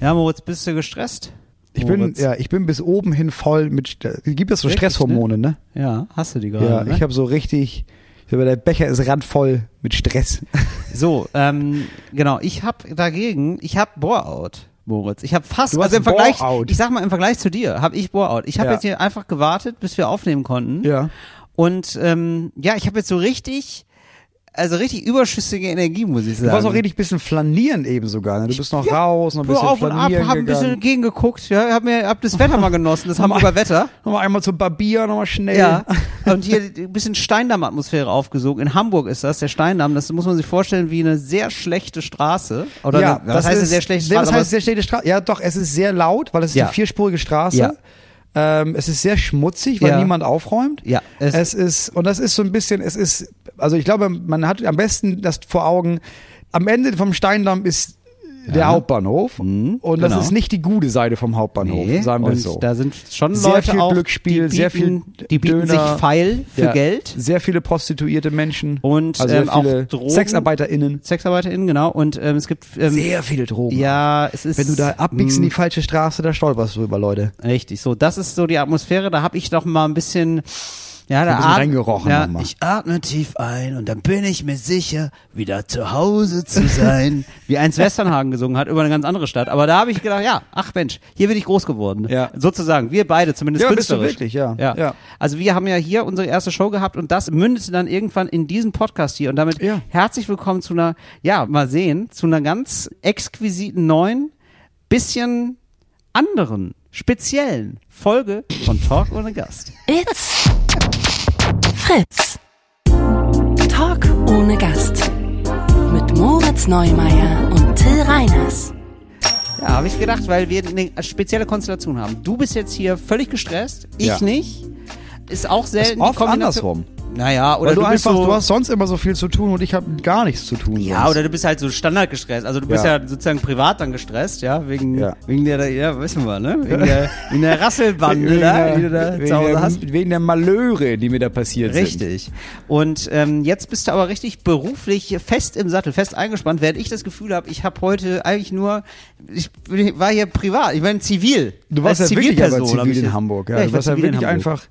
Ja, Moritz, bist du gestresst? Ich bin, Moritz. ja, ich bin bis oben hin voll mit, St- gibt es so Wirklich, Stresshormone, ne? Ja, hast du die gerade? Ja, ne? ich habe so richtig, ich glaube, der Becher ist randvoll mit Stress. So, ähm, genau. Ich habe dagegen, ich habe Bore-out, Moritz. Ich habe fast, Du hast also im Vergleich, Bore-out. ich sag mal im Vergleich zu dir, habe ich Bore-out. Ich habe Ja. jetzt hier einfach gewartet, bis wir aufnehmen konnten. Ja. Und ähm, ja, ich habe jetzt so richtig, also richtig überschüssige Energie, muss ich sagen. Du warst auch richtig bisschen flanieren eben sogar, ne? Du bist noch raus, noch ein Hör bisschen auf und ab, flanieren hab ein bisschen gegangen. gegengeguckt, ja, hab mir, hab das Wetter mal genossen, das Hamburger Wetter. Nochmal einmal zum Barbier, nochmal schnell. Ja. Und hier ein bisschen Steindamm-Atmosphäre aufgesogen. In Hamburg ist das, der Steindamm. Das muss man sich vorstellen wie eine sehr schlechte Straße. Oder ne? ja, eine, das heißt eine sehr schlechte nee, Straße. Das aber heißt sehr schlechte Straße. Ja, doch, es ist sehr laut, weil es ist Ja. eine vierspurige Straße. Ja. Ähm, es ist sehr schmutzig, weil Ja. niemand aufräumt. Ja, Es, es- ist, und das ist so ein bisschen, es ist, also ich glaube, man hat am besten das vor Augen, am Ende vom Steindamm ist der Hauptbahnhof. und das genau. ist nicht die gute Seite vom Hauptbahnhof, Nee, sagen wir und es so. da sind schon Sehr Leute viel auch, Glücksspiel, die bieten, sehr viel die bieten Döner. sich Pfeil für Ja. Geld. Sehr viele prostituierte Menschen. Und, also sehr ähm, auch viele Drogen. SexarbeiterInnen. SexarbeiterInnen, genau. Und ähm, es gibt, ähm, Sehr viele Drogen. ja, es ist... Wenn du da abbiegst in die falsche Straße, da stolperst du drüber, Leute. Richtig, so das ist so die Atmosphäre, da habe ich doch mal ein bisschen ja, da bisschen atm- reingerochen ja, nochmal. ich atme tief ein und dann bin ich mir sicher, wieder zu Hause zu sein, wie eins Westernhagen gesungen hat über eine ganz andere Stadt, aber da habe ich gedacht, ja, ach Mensch, hier bin ich groß geworden. Ja. Sozusagen, wir beide zumindest Ja, bist du künstlerisch. wirklich, ja. ja. Ja. Also wir haben ja hier unsere erste Show gehabt und das mündete dann irgendwann in diesen Podcast hier und damit Ja. herzlich willkommen zu einer ja, mal sehen, zu einer ganz exquisiten neuen bisschen anderen, speziellen Folge von Talk ohne Gast. It's Fritz. Talk ohne Gast. Mit Moritz Neumeier und Till Reiners. Ja, habe ich gedacht, weil wir eine spezielle Konstellation haben. Du bist jetzt hier völlig gestresst, ich Ja. nicht. Ist auch selten. die oft Kombination- andersrum. Naja, oder Weil du, du bist einfach, so, du hast sonst immer so viel zu tun und ich habe gar nichts zu tun. ja, sonst. oder du bist halt so standardgestresst. Also du bist ja, Ja. sozusagen privat dann gestresst, ja, wegen, Ja. wegen der, ja, wissen wir, ne? Wegen der, wegen der Rasselbande da, die du da wegen, zu Hause der, hast. wegen der Malöre, die mir da passiert sind. Richtig. Und ähm, jetzt bist du aber richtig beruflich fest im Sattel, fest eingespannt, während ich das Gefühl habe, ich habe heute eigentlich nur, ich bin- war hier privat, ich war zivil. Du warst Als ja wirklich aber Zivilperson hab zivil ich in jetzt- Hamburg. Ja, ich du war warst ja zivil in wirklich Hamburg. einfach.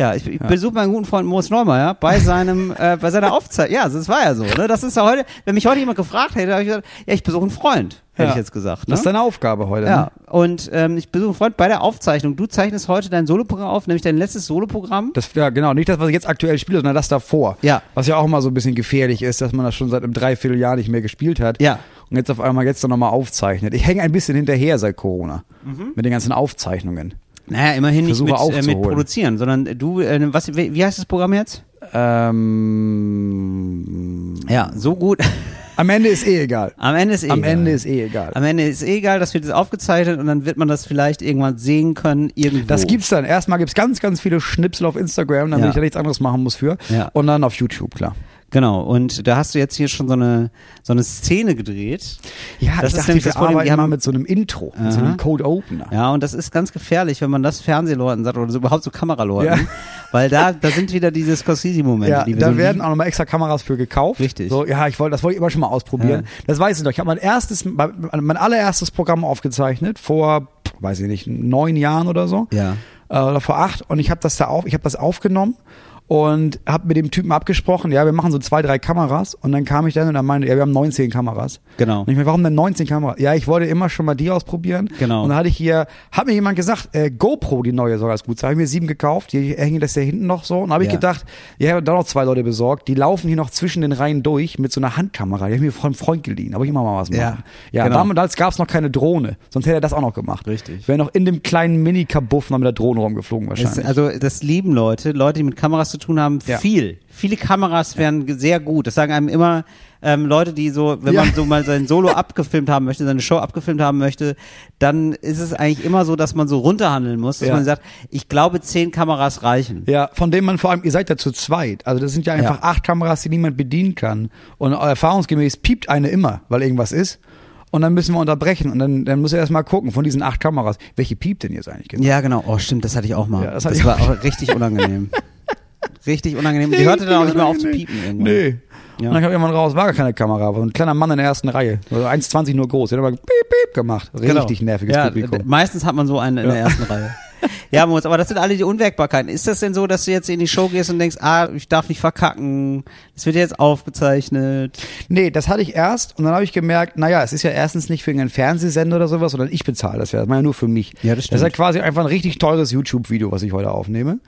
Ja, ich, ich besuche meinen guten Freund Moritz Neumeier bei seinem, äh, bei seiner Aufzeichnung. Ja, das war ja so, ne? Das ist ja heute, wenn mich heute jemand gefragt hätte, habe ich gesagt, ja, ich besuche einen Freund, hätte Ja. ich jetzt gesagt. Ne? Das ist deine Aufgabe heute. ne? ja, und ähm, ich besuche einen Freund bei der Aufzeichnung. Du zeichnest heute dein Soloprogramm auf, nämlich dein letztes Soloprogramm. Das, ja, genau. Nicht das, was ich jetzt aktuell spiele, sondern das davor. Ja. Was ja auch mal so ein bisschen gefährlich ist, dass man das schon seit einem Dreivierteljahr nicht mehr gespielt hat. Ja. Und jetzt auf einmal jetzt dann nochmal aufzeichnet. Ich hänge ein bisschen hinterher seit Corona. Mhm. Mit den ganzen Aufzeichnungen. Naja, immerhin nicht Versuche mit, äh, mit aufzuholen. produzieren, sondern du, äh, was, wie, wie heißt das Programm jetzt? Ähm, Ja, so gut. am Ende ist eh egal. Am Ende ist eh Am egal. Ende ist eh egal. Am Ende ist eh egal, dass wir das aufgezeichnet und dann wird man das vielleicht irgendwann sehen können irgendwo. Das gibt's dann. Erstmal gibt's ganz, ganz viele Schnipsel auf Instagram, damit Oh. Ja. ich da nichts anderes machen muss für. Ja. Und dann auf YouTube, klar. Genau. Und da hast du jetzt hier schon so eine so eine Szene gedreht. Ja, Das ich ist dachte, nämlich wir das Problem, die arbeiten haben- mal mit so einem Intro, mit so Aha. einem Cold Opener. Ja, und das ist ganz gefährlich, wenn man das Fernsehleuten sagt oder so überhaupt so Kameraleuten, Ja. weil da da sind wieder diese Scorsese-Momente, Ja, die wir da so werden lieben. auch nochmal extra Kameras für gekauft. Richtig. So, ja, ich wollte, das wollte ich immer schon mal ausprobieren. Ja. Das weiß ich noch. Ich habe mein erstes, mein, mein allererstes Programm aufgezeichnet vor, pff, weiß ich nicht, neun Jahren oder so. Ja. Äh, oder vor acht. Und ich habe das da auf, ich habe das aufgenommen und habe mit dem Typen abgesprochen, ja, wir machen so zwei, drei Kameras. Und dann kam ich dann und er meinte, ja, wir haben 19 Kameras. Genau. Und ich meine, warum denn 19 Kameras? Ja, ich wollte immer schon mal die ausprobieren. Genau. Und dann hatte ich hier, hat mir jemand gesagt, äh, GoPro, die neue soll ganz gut sein. Habe ich mir sieben gekauft, die hängen das ja hinten noch so. Und habe ich Ja. gedacht, ja, ich habe da noch zwei Leute besorgt, die laufen hier noch zwischen den Reihen durch mit so einer Handkamera. Die habe ich mir von einem Freund geliehen, aber ich immer mal was machen. Ja, ja genau. damals gab es noch keine Drohne, sonst hätte er das auch noch gemacht. Richtig. Wäre noch in dem kleinen Mini-Kabuff noch mit der Drohne rumgeflogen wahrscheinlich. Es, also das lieben Leute, Leute, die mit Kameras zu tun haben, Ja. viel. Viele Kameras wären ge- sehr gut. Das sagen einem immer ähm, Leute, die so, wenn Ja. man so mal sein Solo abgefilmt haben möchte, seine Show abgefilmt haben möchte, dann ist es eigentlich immer so, dass man so runterhandeln muss, dass Ja. man sagt, ich glaube, zehn Kameras reichen. Ja, von dem man vor allem, ihr seid ja zu zweit. Also das sind ja einfach Ja. acht Kameras, die niemand bedienen kann. Und erfahrungsgemäß piept eine immer, weil irgendwas ist. Und dann müssen wir unterbrechen. Und dann, dann muss er erstmal gucken von diesen acht Kameras, welche piept denn jetzt eigentlich genau? Ja, genau. Oh, stimmt, das hatte ich auch mal. Ja, das das hatte ich war auch. auch richtig unangenehm. richtig unangenehm. Die hörte dann auch nicht mehr auf zu piepen irgendwann. Nee. Und dann kam irgendwann raus, war gar keine Kamera, war ein kleiner Mann in der ersten Reihe. Also 1,20 nur groß. Der hat aber piep, piep gemacht. Richtig nerviges Genau. ja, d- Publikum. Meistens hat man so einen in der ersten Reihe. Ja, Moritz, aber das sind alle die Unwägbarkeiten. Ist das denn so, dass du jetzt in die Show gehst und denkst, ah, ich darf nicht verkacken, es wird jetzt aufgezeichnet? Nee, das hatte ich erst und dann habe ich gemerkt, naja, es ist ja erstens nicht für einen Fernsehsender oder sowas, sondern ich bezahle das ja. Das war ja nur für mich. Ja, das Das ist ja stimmt. quasi einfach ein richtig teures YouTube-Video, was ich heute aufnehme.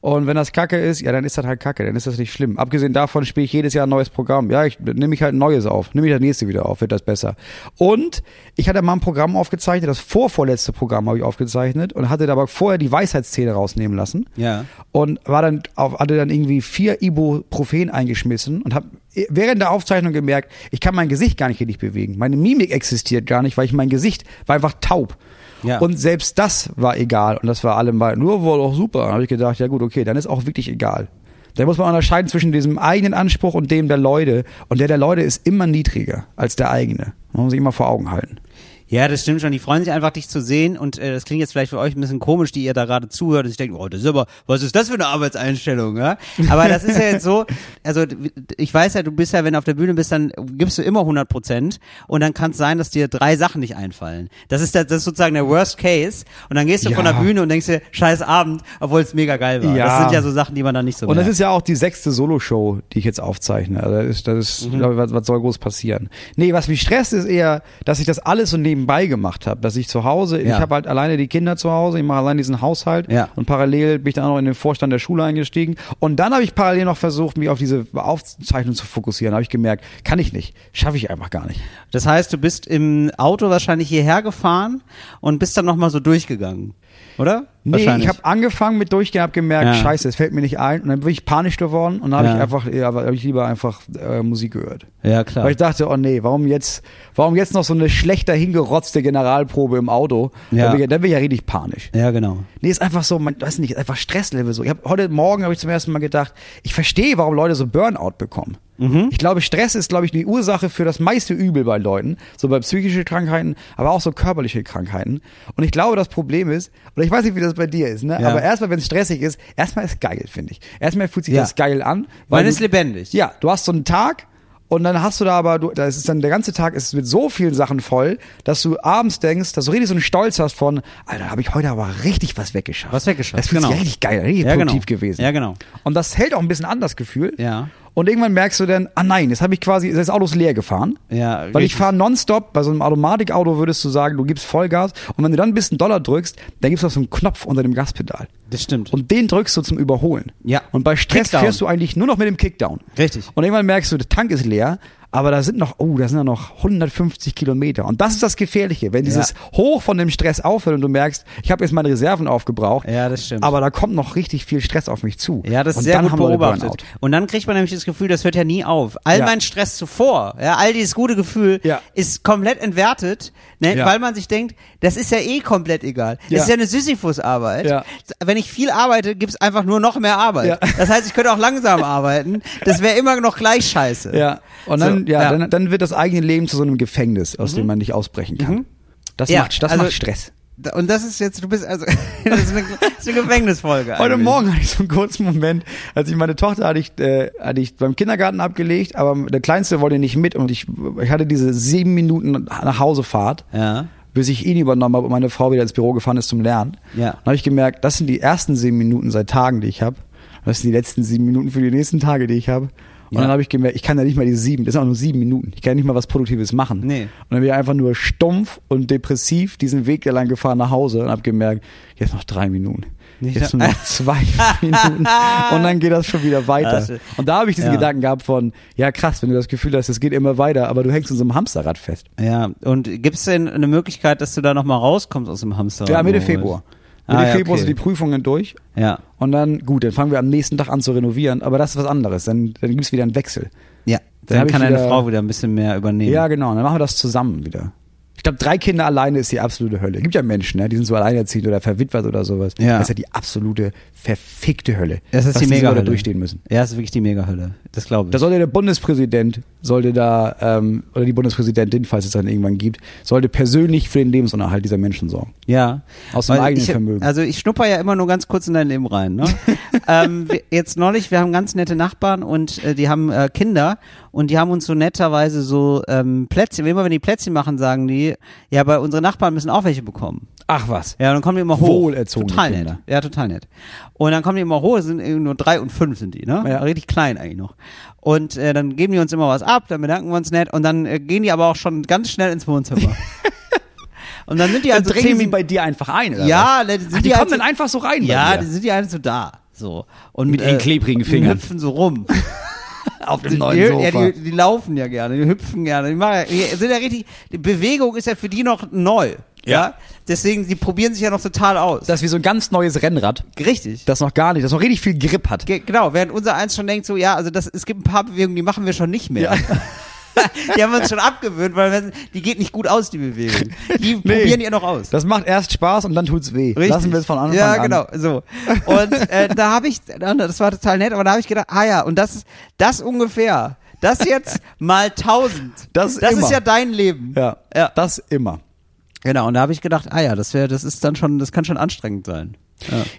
Und wenn das Kacke ist, ja, dann ist das halt Kacke, dann ist das nicht schlimm. Abgesehen davon spiele ich jedes Jahr ein neues Programm. Ja, ich nehme ich halt ein neues auf, nehme ich das nächste wieder auf, wird das besser. Und ich hatte mal ein Programm aufgezeichnet, das vorvorletzte Programm habe ich aufgezeichnet und hatte dabei vorher die Weisheitszähne rausnehmen lassen. Ja. Und war dann auf, hatte dann irgendwie vier Ibuprofen eingeschmissen und habe während der Aufzeichnung gemerkt, ich kann mein Gesicht gar nicht richtig bewegen. Meine Mimik existiert gar nicht, weil ich mein Gesicht war einfach taub. Ja. Und selbst das war egal. Und das war allem bei, nur wohl auch super. Dann habe ich gedacht, ja gut, okay, dann ist auch wirklich egal. Da muss man unterscheiden zwischen diesem eigenen Anspruch und dem der Leute. Und der der Leute ist immer niedriger als der eigene. Man muss sich immer vor Augen halten. Ja, das stimmt schon. Die freuen sich einfach, dich zu sehen. Und äh, das klingt jetzt vielleicht für euch ein bisschen komisch, die ihr da gerade zuhört. Und ich denke, oh, das ist aber, was ist das für eine Arbeitseinstellung? Ja? Aber das ist ja jetzt so, also d- ich weiß ja, du bist ja, wenn du auf der Bühne bist, dann gibst du immer 100 Prozent. Und dann kann es sein, dass dir drei Sachen nicht einfallen. Das ist, der, das ist sozusagen der Worst Case. Und dann gehst du Ja. von der Bühne und denkst dir, scheiß Abend, obwohl es mega geil war. Ja. Das sind ja so Sachen, die man dann nicht so Und das merkt. ist ja auch die sechste Solo-Show, die ich jetzt aufzeichne. Also das ist, das ist Mhm. glaub ich, was, was soll groß passieren? Nee, was mich stresst, ist eher, dass ich das alles so nebenbei gemacht habe. Dass ich zu Hause, ich Ja. habe halt alleine die Kinder zu Hause, ich mache allein diesen Haushalt Ja. und parallel bin ich dann auch noch in den Vorstand der Schule eingestiegen. Und dann habe ich parallel noch versucht, mich auf diese Aufzeichnung zu fokussieren. Da habe ich gemerkt, kann ich nicht. Schaffe ich einfach gar nicht. das heißt, du bist im Auto wahrscheinlich hierher gefahren und bist dann nochmal so durchgegangen. Oder? Nee, wahrscheinlich. ich habe angefangen mit Durchgehen, habe gemerkt, Ja. scheiße, es fällt mir nicht ein. Und dann bin ich panisch geworden und habe Ja. ich einfach, ja, aber habe ich lieber einfach äh, Musik gehört. Ja, klar. Weil ich dachte, oh nee, warum jetzt, warum jetzt noch so eine schlechter hingerotzte Generalprobe im Auto? Ja. Dann bin ich, dann bin ich ja richtig panisch. Ja, genau. Nee, ist einfach so, man weiß nicht, ist einfach Stresslevel so. Ich hab, heute Morgen habe ich zum ersten Mal gedacht, ich verstehe, warum Leute so Burnout bekommen. Mhm. Ich glaube, Stress ist, glaube ich, die Ursache für das meiste Übel bei Leuten. So bei psychischen Krankheiten, aber auch so körperliche Krankheiten. Und ich glaube, das Problem ist, oder ich weiß nicht, wie das bei dir ist, ne? Ja. aber erstmal, wenn es stressig ist, erstmal ist geil, finde ich. Erstmal fühlt sich Ja. das geil an. Man du- ist lebendig. ja, du hast so einen Tag und dann hast du da aber, du, da ist es dann der ganze Tag ist mit so vielen Sachen voll, dass du abends denkst, dass du richtig so einen Stolz hast von, Alter, habe ich heute aber richtig was weggeschafft. Was weggeschafft, Das fühlt genau. sich richtig geil, richtig Ja, genau. produktiv gewesen. Ja, genau. Und das hält auch ein bisschen an, das Gefühl. Ja. Und irgendwann merkst du dann, ah nein, jetzt habe ich quasi, das Auto ist leer gefahren. Ja, Weil richtig. ich fahre nonstop, bei so einem Automatikauto würdest du sagen, du gibst Vollgas und wenn du dann ein bisschen Dollar drückst, dann gibst du auf so einen Knopf unter dem Gaspedal. Das stimmt. Und den drückst du zum Überholen. Ja. Und bei Stress Kickdown. fährst du eigentlich nur noch mit dem Kickdown. Richtig. Und irgendwann merkst du, der Tank ist leer, aber da sind noch, oh, da sind ja noch 150 Kilometer. Und das ist das Gefährliche, wenn dieses Hoch von dem Stress aufhört und du merkst, ich habe jetzt meine Reserven aufgebraucht. Ja, das stimmt. Aber da kommt noch richtig viel Stress auf mich zu. ja, das ist und sehr dann gut haben Leute beobachtet. Burnout. Und dann kriegt man nämlich das Gefühl, das hört ja nie auf. All Ja. mein Stress zuvor, ja, all dieses gute Gefühl Ja. ist komplett entwertet, ne, Ja. weil man sich denkt, das ist ja eh komplett egal. Ja. Das ist ja eine Sisyphus-Arbeit. Ja. Wenn ich viel arbeite, gibt's einfach nur noch mehr Arbeit. Ja. Das heißt, ich könnte auch langsam arbeiten. Das wäre immer noch gleich scheiße. Ja. Und dann, So, ja, ja. Mhm. Dann, dann wird das eigene Leben zu so einem Gefängnis, aus dem man nicht ausbrechen kann. Das, Ja, macht, das also- macht Stress. Und das ist jetzt, du bist also, das ist eine, das ist eine Gefängnisfolge. Heute eigentlich. Morgen hatte ich so einen kurzen Moment, als ich meine Tochter hatte ich, äh, hatte ich beim Kindergarten abgelegt, aber der Kleinste wollte nicht mit und ich, ich hatte diese sieben Minuten nach Hausefahrt, Ja. bis ich ihn übernommen habe und meine Frau wieder ins Büro gefahren ist zum Lernen. Ja. Dann habe ich gemerkt, das sind die ersten sieben Minuten seit Tagen, die ich habe. Und Das sind die letzten sieben Minuten für die nächsten Tage, die ich habe. Und Ja. dann habe ich gemerkt, ich kann ja nicht mal die sieben, das sind auch nur sieben Minuten. Ich kann ja nicht mal was Produktives machen. Nee. Und dann bin ich einfach nur stumpf und depressiv diesen Weg lang gefahren nach Hause und habe gemerkt, jetzt noch drei Minuten. Nicht jetzt noch- nur noch zwei Minuten. Und dann geht das schon wieder Das weiter. ist- Und da habe ich diesen Ja. Gedanken gehabt von, ja krass, wenn du das Gefühl hast, es geht immer weiter, aber du hängst in so einem Hamsterrad fest. Ja, und gibt's denn eine Möglichkeit, dass du da nochmal rauskommst aus dem Hamsterrad? Ja, Mitte Moritz? Februar. Mitte Ah, ja, Februar okay. sind die Prüfungen durch. Ja. Und dann, gut, dann fangen wir am nächsten Tag an zu renovieren, aber das ist was anderes. Dann, dann gibt's wieder einen Wechsel. ja. Dann Dann, hab ich kann deine wieder- Frau wieder ein bisschen mehr übernehmen. Ja, genau. Dann machen wir das zusammen wieder. Ich glaube, drei Kinder alleine ist die absolute Hölle. Gibt ja Menschen, ne? die sind so alleinerziehend oder verwitwet oder sowas. Ja. Das ist ja die absolute verfickte Hölle. das ist was die diese Leute Mega-Hölle. durchstehen müssen. Ja, das ist wirklich die Mega-Hölle. Das glaube ich. Da sollte der Bundespräsident, sollte da, ähm, oder die Bundespräsidentin, falls es dann irgendwann gibt, sollte persönlich für den Lebensunterhalt dieser Menschen sorgen. ja. Aus dem Weil eigenen ich, Vermögen. Also ich schnupper ja immer nur ganz kurz in dein Leben rein, ne? ähm, wir- jetzt neulich, wir haben ganz nette Nachbarn und äh, die haben äh, Kinder und die haben uns so netterweise so ähm, Plätzchen, immer wenn die Plätzchen machen, sagen die, ja, aber unsere Nachbarn müssen auch welche bekommen. Ach was. Ja, dann kommen die immer hoch. Wohlerzogene total Kinder. nett. Ja, total nett. Und dann kommen die immer hoch, sind eben nur drei und fünf sind die, ne? Ja. Richtig klein eigentlich noch. Und äh, dann geben die uns immer was ab, dann bedanken wir uns nett und dann äh, gehen die aber auch schon ganz schnell ins Wohnzimmer. und dann sind die Dann also drehen zehn sie Minuten- bei dir einfach ein, oder ja, was? ne, sind Ach, die halt kommen so- dann einfach so rein bei Ja, dir? die sind ja einfach so da. So. Und, Mit ihren klebrigen und Fingern. hüpfen so rum. auf dem Die, ja, die, die laufen ja gerne, die hüpfen gerne. Die, machen, ja- die sind ja richtig, die Bewegung ist ja für die noch neu. Ja. Deswegen, die probieren sich ja noch total aus. das ist wie so ein ganz neues Rennrad, richtig. das noch gar nicht, das noch richtig viel Grip hat. Ge- Genau, während unser eins schon denkt, so, ja, also das, es gibt ein paar Bewegungen, die machen wir schon nicht mehr. die haben wir uns schon abgewöhnt, weil wir, die geht nicht gut aus, die Bewegung. Die Nee. probieren ihr noch aus. Das macht erst Spaß und dann tut's weh. Richtig. Lassen wir es von Anfang ja, an. genau, so. Und äh, da habe ich, das war total nett, aber da habe ich gedacht, ah ja, und das ist das ungefähr, das jetzt mal tausend. Das immer. ist ja dein Leben. Ja, ja. das immer. Genau, und da habe ich gedacht, ah ja, das wäre, das ist dann schon, das kann schon anstrengend sein.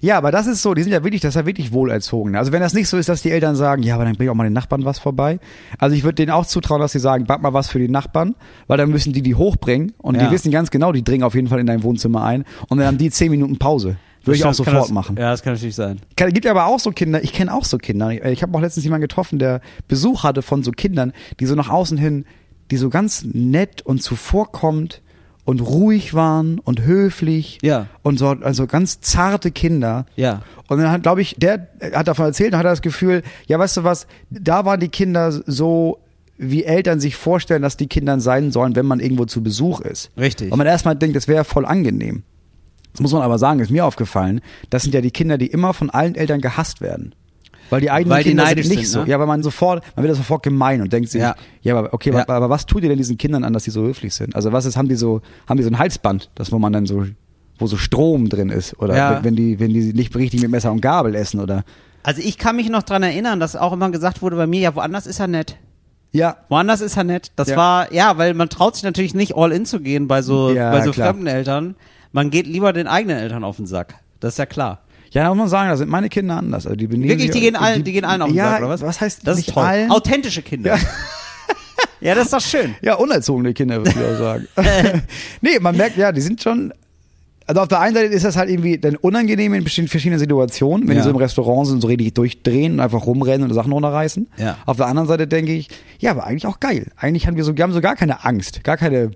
Ja, aber das ist so, die sind ja wirklich, das ist ja wirklich wohlerzogen. Also wenn das nicht so ist, dass die Eltern sagen, ja, aber dann bring auch mal den Nachbarn was vorbei. Also ich würde denen auch zutrauen, dass sie sagen, back mal was für die Nachbarn, weil dann müssen die die hochbringen und die Ja. wissen ganz genau, die dringen auf jeden Fall in dein Wohnzimmer ein und dann haben die zehn Minuten Pause. Würde ich auch Kann sofort das, machen. Ja, das kann natürlich sein. Kann- gibt aber auch so Kinder, ich kenne auch so Kinder. Ich, ich habe auch letztens jemanden getroffen, der Besuch hatte von so Kindern, die so nach außen hin, die so ganz nett und zuvorkommend und ruhig waren und höflich Ja. und so also ganz zarte Kinder. Ja. Und dann hat, glaube ich, der hat davon erzählt und hat das Gefühl, ja, weißt du was, da waren die Kinder so wie Eltern sich vorstellen, dass die Kindern sein sollen, wenn man irgendwo zu Besuch ist. Richtig. Und man erstmal denkt, das wäre voll angenehm. Das muss man aber sagen, ist mir aufgefallen, das sind ja die Kinder, die immer von allen Eltern gehasst werden. Weil die eigenen Weil die Kinder neidisch sind nicht sind, so. ne? Ja, weil man sofort, man wird das sofort gemein und denkt sich, ja, Ja. aber okay, Ja. aber, aber was tut ihr denn diesen Kindern an, dass die so höflich sind? Also was ist, haben die so, haben die so ein Halsband, das wo man dann so, wo so Strom drin ist oder Ja. wenn, wenn die, wenn die nicht richtig mit Messer und Gabel essen oder? Also ich kann mich noch dran erinnern, dass auch immer gesagt wurde bei mir, ja, woanders ist er nett. Ja, Woanders ist er nett. Das Ja. war, ja, weil man traut sich natürlich nicht all in zu gehen bei so, Ja, bei so klar. fremden Eltern. Man geht lieber den eigenen Eltern auf den Sack. Das ist ja klar. ja, da muss man sagen, da sind meine Kinder anders. Also die benehmen Wirklich, sich- die gehen allen, die, gehen allen auf den ja, Sack, oder was? Was heißt das nicht ist toll. allen? Authentische Kinder. Ja. das ist doch schön. Ja, unerzogene Kinder, würde ich auch sagen. nee, man merkt, ja, die sind schon. Also auf der einen Seite ist das halt irgendwie dann unangenehm in bestimmten- verschiedenen Situationen, wenn die Ja. so im Restaurant sind und so richtig durchdrehen und einfach rumrennen und Sachen runterreißen. Ja. Auf der anderen Seite denke ich, ja, aber eigentlich auch geil. Eigentlich haben wir so, wir haben so gar keine Angst, gar keine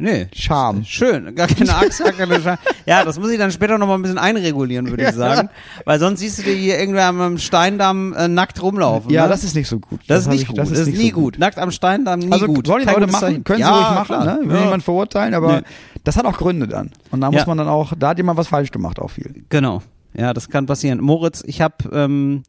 Nee. Charme. Schön. Gar keine Angst, gar keine Scham. Ja, das muss ich dann später nochmal ein bisschen einregulieren, würde ich sagen. Weil sonst siehst du dir hier irgendwer am Steindamm äh, nackt rumlaufen. Ja, ne? das ist nicht so gut. Das, ist hab nicht ich- gut. Das ist, nie so gut. Nackt am Steindamm, nie Also gut. sollen die Kein Leute gutes machen, Zeichen. können sie ja, ruhig machen, klar. ne? Will Ja. niemand verurteilen, aber Nee. das hat auch Gründe dann. Und da Ja. muss man dann auch, da hat jemand was falsch gemacht auch viel. Genau. Ja, das kann passieren. Moritz, ich habe ähm,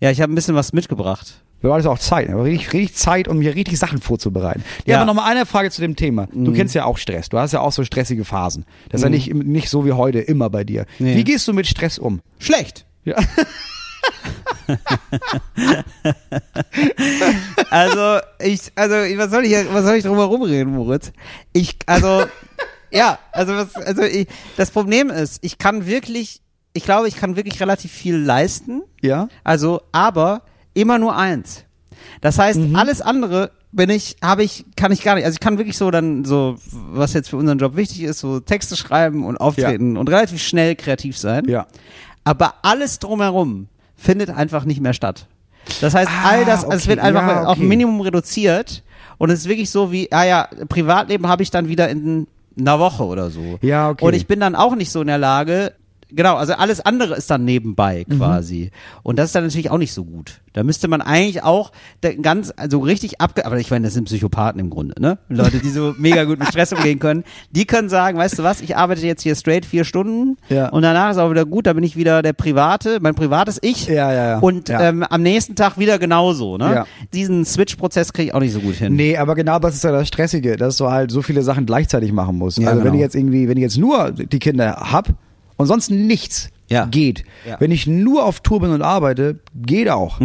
ja, ich habe ein bisschen was mitgebracht. Da war das auch Zeit, aber richtig, richtig Zeit, um hier richtig Sachen vorzubereiten. Ja, Ja. Mhm. aber nochmal eine Frage zu dem Thema. Du kennst ja auch Stress. Du hast ja auch so stressige Phasen. Das ist ja nicht, nicht so wie heute immer bei dir. Nee. Wie gehst du mit Stress um? Schlecht. Ja. Also, ich also ich- was soll ich hier- was soll ich drum herum reden, Moritz? Ich also ja, also was also ich, das Problem ist, ich kann wirklich ich glaube, ich kann wirklich relativ viel leisten. Ja? Also, aber immer nur eins. Das heißt, Mhm. alles andere bin ich, habe ich, kann ich gar nicht. Also ich kann wirklich so dann so, was jetzt für unseren Job wichtig ist, so Texte schreiben und auftreten und relativ schnell kreativ sein. Ja. Aber alles drumherum findet einfach nicht mehr statt. Das heißt, Ah, all das, also es okay. wird einfach Ja, auf okay. ein Minimum reduziert und es ist wirklich so wie, ah ja, Privatleben habe ich dann wieder in einer Woche oder so. Ja, okay. Und ich bin dann auch nicht so in der Lage, genau, also alles andere ist dann nebenbei Mhm. quasi. Und das ist dann natürlich auch nicht so gut. Da müsste man eigentlich auch da ganz, also richtig abge, aber ich meine, das sind Psychopathen im Grunde, ne? Leute, die so mega gut mit Stress umgehen können, die können sagen, weißt du was, ich arbeite jetzt hier straight vier Stunden Ja. und danach ist auch wieder gut, da bin ich wieder der private, mein privates Ich. Ja, ja, ja. Und Ja. Ähm, am nächsten Tag wieder genauso, ne? Ja. Diesen Switch-Prozess kriege ich auch nicht so gut hin. Nee, aber genau das ist ja das Stressige, dass du halt so viele Sachen gleichzeitig machen musst. Ja, also wenn genau. ich jetzt irgendwie, wenn ich jetzt nur die Kinder hab und sonst nichts, Ja. Geht. Ja. Mhm. Wenn ich nur auf Tour bin und arbeite, geht auch.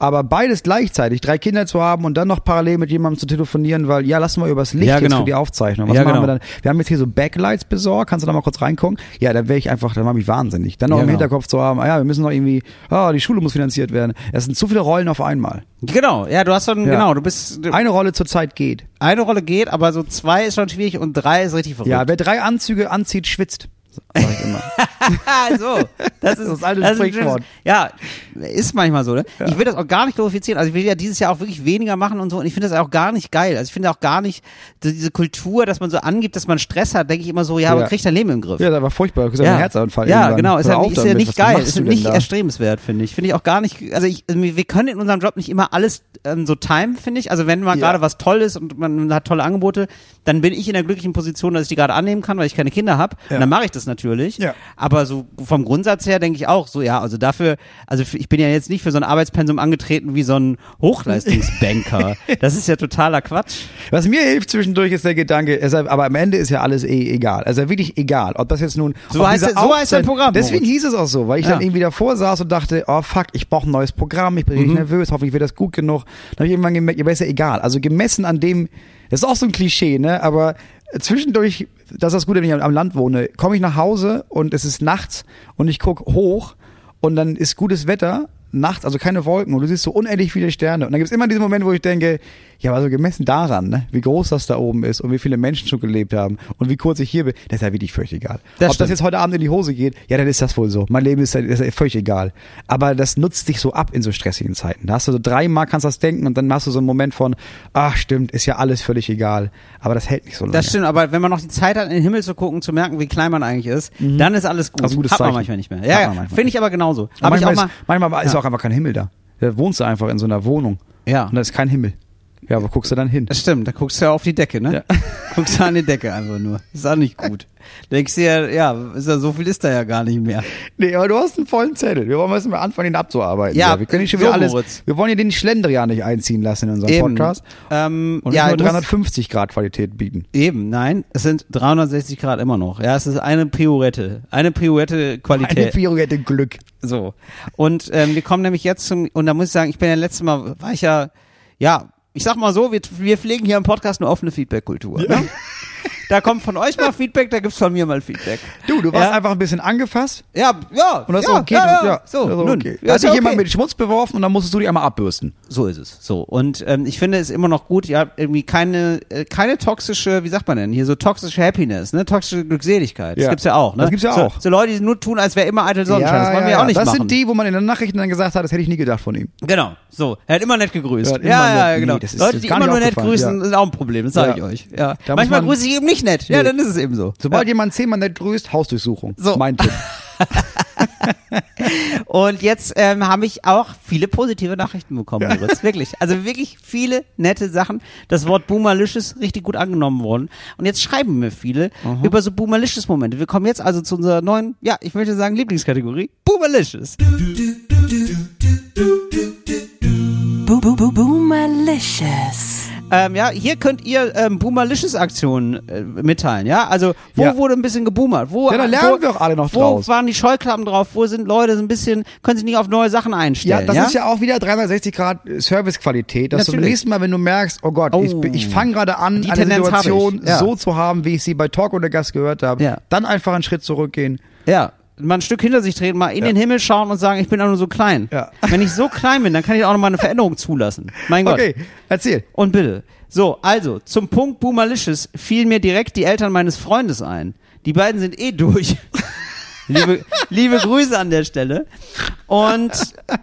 Aber beides gleichzeitig, drei Kinder zu haben und dann noch parallel mit jemandem zu telefonieren, weil ja, lass mal übers Licht Ja, jetzt genau. für die Aufzeichnung. Was Ja, machen wir genau. dann? Wir haben jetzt hier so Backlights besorgt, kannst du da mal kurz reingucken? Ja, dann wäre ich einfach, dann mache ich wahnsinnig. Dann noch Ja, im genau. Hinterkopf zu haben, ah ja, wir müssen noch irgendwie, ah, die Schule muss finanziert werden. Es sind zu viele Rollen auf einmal. Genau, ja, du hast schon, Ja. genau, du bist, Eine Rolle zur Zeit geht. eine Rolle geht, aber so zwei ist schon schwierig und drei ist richtig verrückt. Ja, wer drei Anzüge anzieht, schwitzt. Sag ich immer. Ah, so. Das ist Das alte ist Sprichwort. Ja, ist manchmal so, ne? Ich will das auch gar nicht glorifizieren. Also ich will ja dieses Jahr auch wirklich weniger machen und so. Und ich finde das auch gar nicht geil. Also ich finde auch gar nicht so diese Kultur, dass man so angibt, dass man Stress hat, denke ich immer so, ja, aber Ja. kriegt dein Leben im Griff. ja, das war furchtbar. Du kriegst ja. einen Herzanfall. Ja, irgendwann. genau. Ist Hör ja, auf nicht- ist ja damit. nicht Was geil. machst Ist du denn nicht da? erstrebenswert, finde ich. Finde ich auch gar nicht. Also ich, wir können in unserem Job nicht immer alles ähm, so timen, finde ich. Also wenn mal Ja. gerade was toll ist und man hat tolle Angebote, dann bin ich in der glücklichen Position, dass ich die gerade annehmen kann, weil ich keine Kinder habe. Ja. Und dann mache ich das natürlich. Ja. Aber so vom Grundsatz her denke ich auch so, ja, also dafür, also f- ich bin ja jetzt nicht für so ein Arbeitspensum angetreten wie so ein Hochleistungsbanker. das ist ja totaler Quatsch. Was mir hilft zwischendurch ist der Gedanke, es, aber am Ende ist ja alles eh egal. Also wirklich egal, ob das jetzt nun. So ob heißt diese der- so heißt dein Aufzeit- Programm, Deswegen Moritz. hieß es auch so, weil ich Ja. dann irgendwie davor saß und dachte, oh fuck, ich brauche ein neues Programm, ich bin Mhm. richtig nervös, hoffentlich wird das gut genug. Dann habe ich irgendwann gemerkt, ja, aber ist ja egal. Also gemessen an dem, das ist auch so ein Klischee, ne? Aber zwischendurch, das ist das Gute, wenn ich am- am Land wohne, komme ich nach Hause und es ist nachts und ich gucke hoch und dann ist gutes Wetter. Nachts, also keine Wolken und du siehst so unendlich viele Sterne. Und dann gibt es immer diesen Moment, wo ich denke, ja, aber so gemessen daran, ne, wie groß das da oben ist und wie viele Menschen schon gelebt haben und wie kurz ich hier bin, das ist ja wirklich völlig egal. Das Ob das stimmt. jetzt heute Abend in die Hose geht, ja, dann ist das wohl so. Mein Leben ist, dann- ist ja völlig egal. Aber das nutzt dich so ab in so stressigen Zeiten. Da hast du so dreimal kannst das denken und dann hast du so einen Moment von, ach stimmt, ist ja alles völlig egal. Aber das hält nicht so lange. Das stimmt, aber wenn man noch die Zeit hat, in den Himmel zu gucken, zu merken, wie klein man eigentlich ist, dann ist alles gut. Das ist ein Mhm. gutes hat man Zeichen. manchmal nicht mehr. Hat Ja, man ja manchmal finde ich aber genauso. Und Habe ich auch manchmal mal. ist, manchmal ist Ja. auch einfach kein Himmel da. Da wohnst du einfach in so einer Wohnung. Ja. Und da ist kein Himmel. Ja, wo guckst du dann hin? Das stimmt, da guckst du ja auf die Decke, ne? Ja. Guckst du an die Decke einfach nur. Ist auch nicht gut. Denkst dir, ja, ist ja, so viel ist da ja gar nicht mehr. Nee, aber du hast einen vollen Zettel. Wir wollen- müssen mal anfangen, den abzuarbeiten. Ja, wir können nicht schon so, wieder alles. Moritz. Wir wollen ja den Schlendrian nicht einziehen lassen in unserem Eben. Podcast. Ähm, Und ja, nicht du nur musst- 350 Grad Qualität bieten. Eben, nein, es sind 360 Grad immer noch. Ja, es ist eine Pirouette. Eine Pirouette-Qualität. Eine Pirouette Glück. So. Und ähm, wir kommen nämlich jetzt zum, und da muss ich sagen, ich bin ja letztes Mal, war ich ja, ja, ich sag mal so, wir, wir pflegen hier im Podcast eine offene Feedback-Kultur. Ne? Da kommt von euch mal Feedback, da gibt's von mir mal Feedback. Du, du warst Ja. einfach ein bisschen angefasst. Ja, ja, Und das ja, ist okay. ja, du, ja, so, das ist nun, okay. ja, Da hat ist ja dich okay. jemand mit Schmutz beworfen und dann musstest du die einmal abbürsten. So ist es. So. Und ähm, ich finde es immer noch gut, ihr habt irgendwie keine, äh, keine toxische, wie sagt man denn hier, so toxische Happiness, ne? Toxische Glückseligkeit. Ja. Das gibt's ja auch, ne? Das gibt's ja so, auch. So Leute, die nur tun, als wäre immer eitel Sonnenschein. das wollen wir auch nicht das machen. sind die, wo man in den Nachrichten dann gesagt hat, das hätte ich nie gedacht von ihm. Genau, so. Er hat immer nett gegrüßt. Ja, Er hat immer ja, nett- genau. nee, das ist- Leute, ist die gar immer nicht nur nett aufgefallen, grüßen, ja. ist auch ein Problem, das sage Ja. ich euch. Ja. Da muss Manchmal man- grüße ich eben nicht nett. Ja, Nee. dann ist es eben so. Sobald jemand zehnmal nicht grüßt, Hausdurchsuchung. So. Mein Tipp. Und jetzt ähm, habe ich auch viele positive Nachrichten bekommen, Ja. Moritz. Wirklich. Also wirklich viele nette Sachen. Das Wort Boomerlicious richtig gut angenommen worden. Und jetzt schreiben mir viele über so Boomerlicious-Momente. Wir kommen jetzt also zu unserer neuen, ja, ich möchte sagen, Lieblingskategorie. Boomerlicious. Boo -boo -boo Boomalicious. Ähm, ja, hier könnt ihr ähm, Boomerlicious-Aktionen äh, mitteilen, ja? Also, wo Ja. wurde ein bisschen geboomert? Wo, Ja, da lernen wo, wir auch alle noch Wo draus. waren die Scheuklappen drauf? Wo sind Leute so ein bisschen, können sich nicht auf neue Sachen einstellen, Ja, ja? das ist ja auch wieder 360 Grad Servicequalität, dass du beim Natürlich. nächsten Mal, wenn du merkst, oh Gott, ich, Oh. bin- ich fange gerade an, Die eine Tendenz habe ich, Situation ja. so zu haben, wie ich sie bei Talk oder Gast gehört habe, Ja. dann einfach einen Schritt zurückgehen. Ja, mal ein Stück hinter sich treten, mal in Ja. den Himmel schauen und sagen, ich bin auch nur so klein. Ja. Wenn ich so klein bin, dann kann ich auch noch mal eine Veränderung zulassen. Mein Gott. Okay, erzähl. Und bitte. So, also, zum Punkt Boomerlicious fiel mir direkt die Eltern meines Freundes ein. Die beiden sind eh durch. liebe, liebe Grüße an der Stelle. Und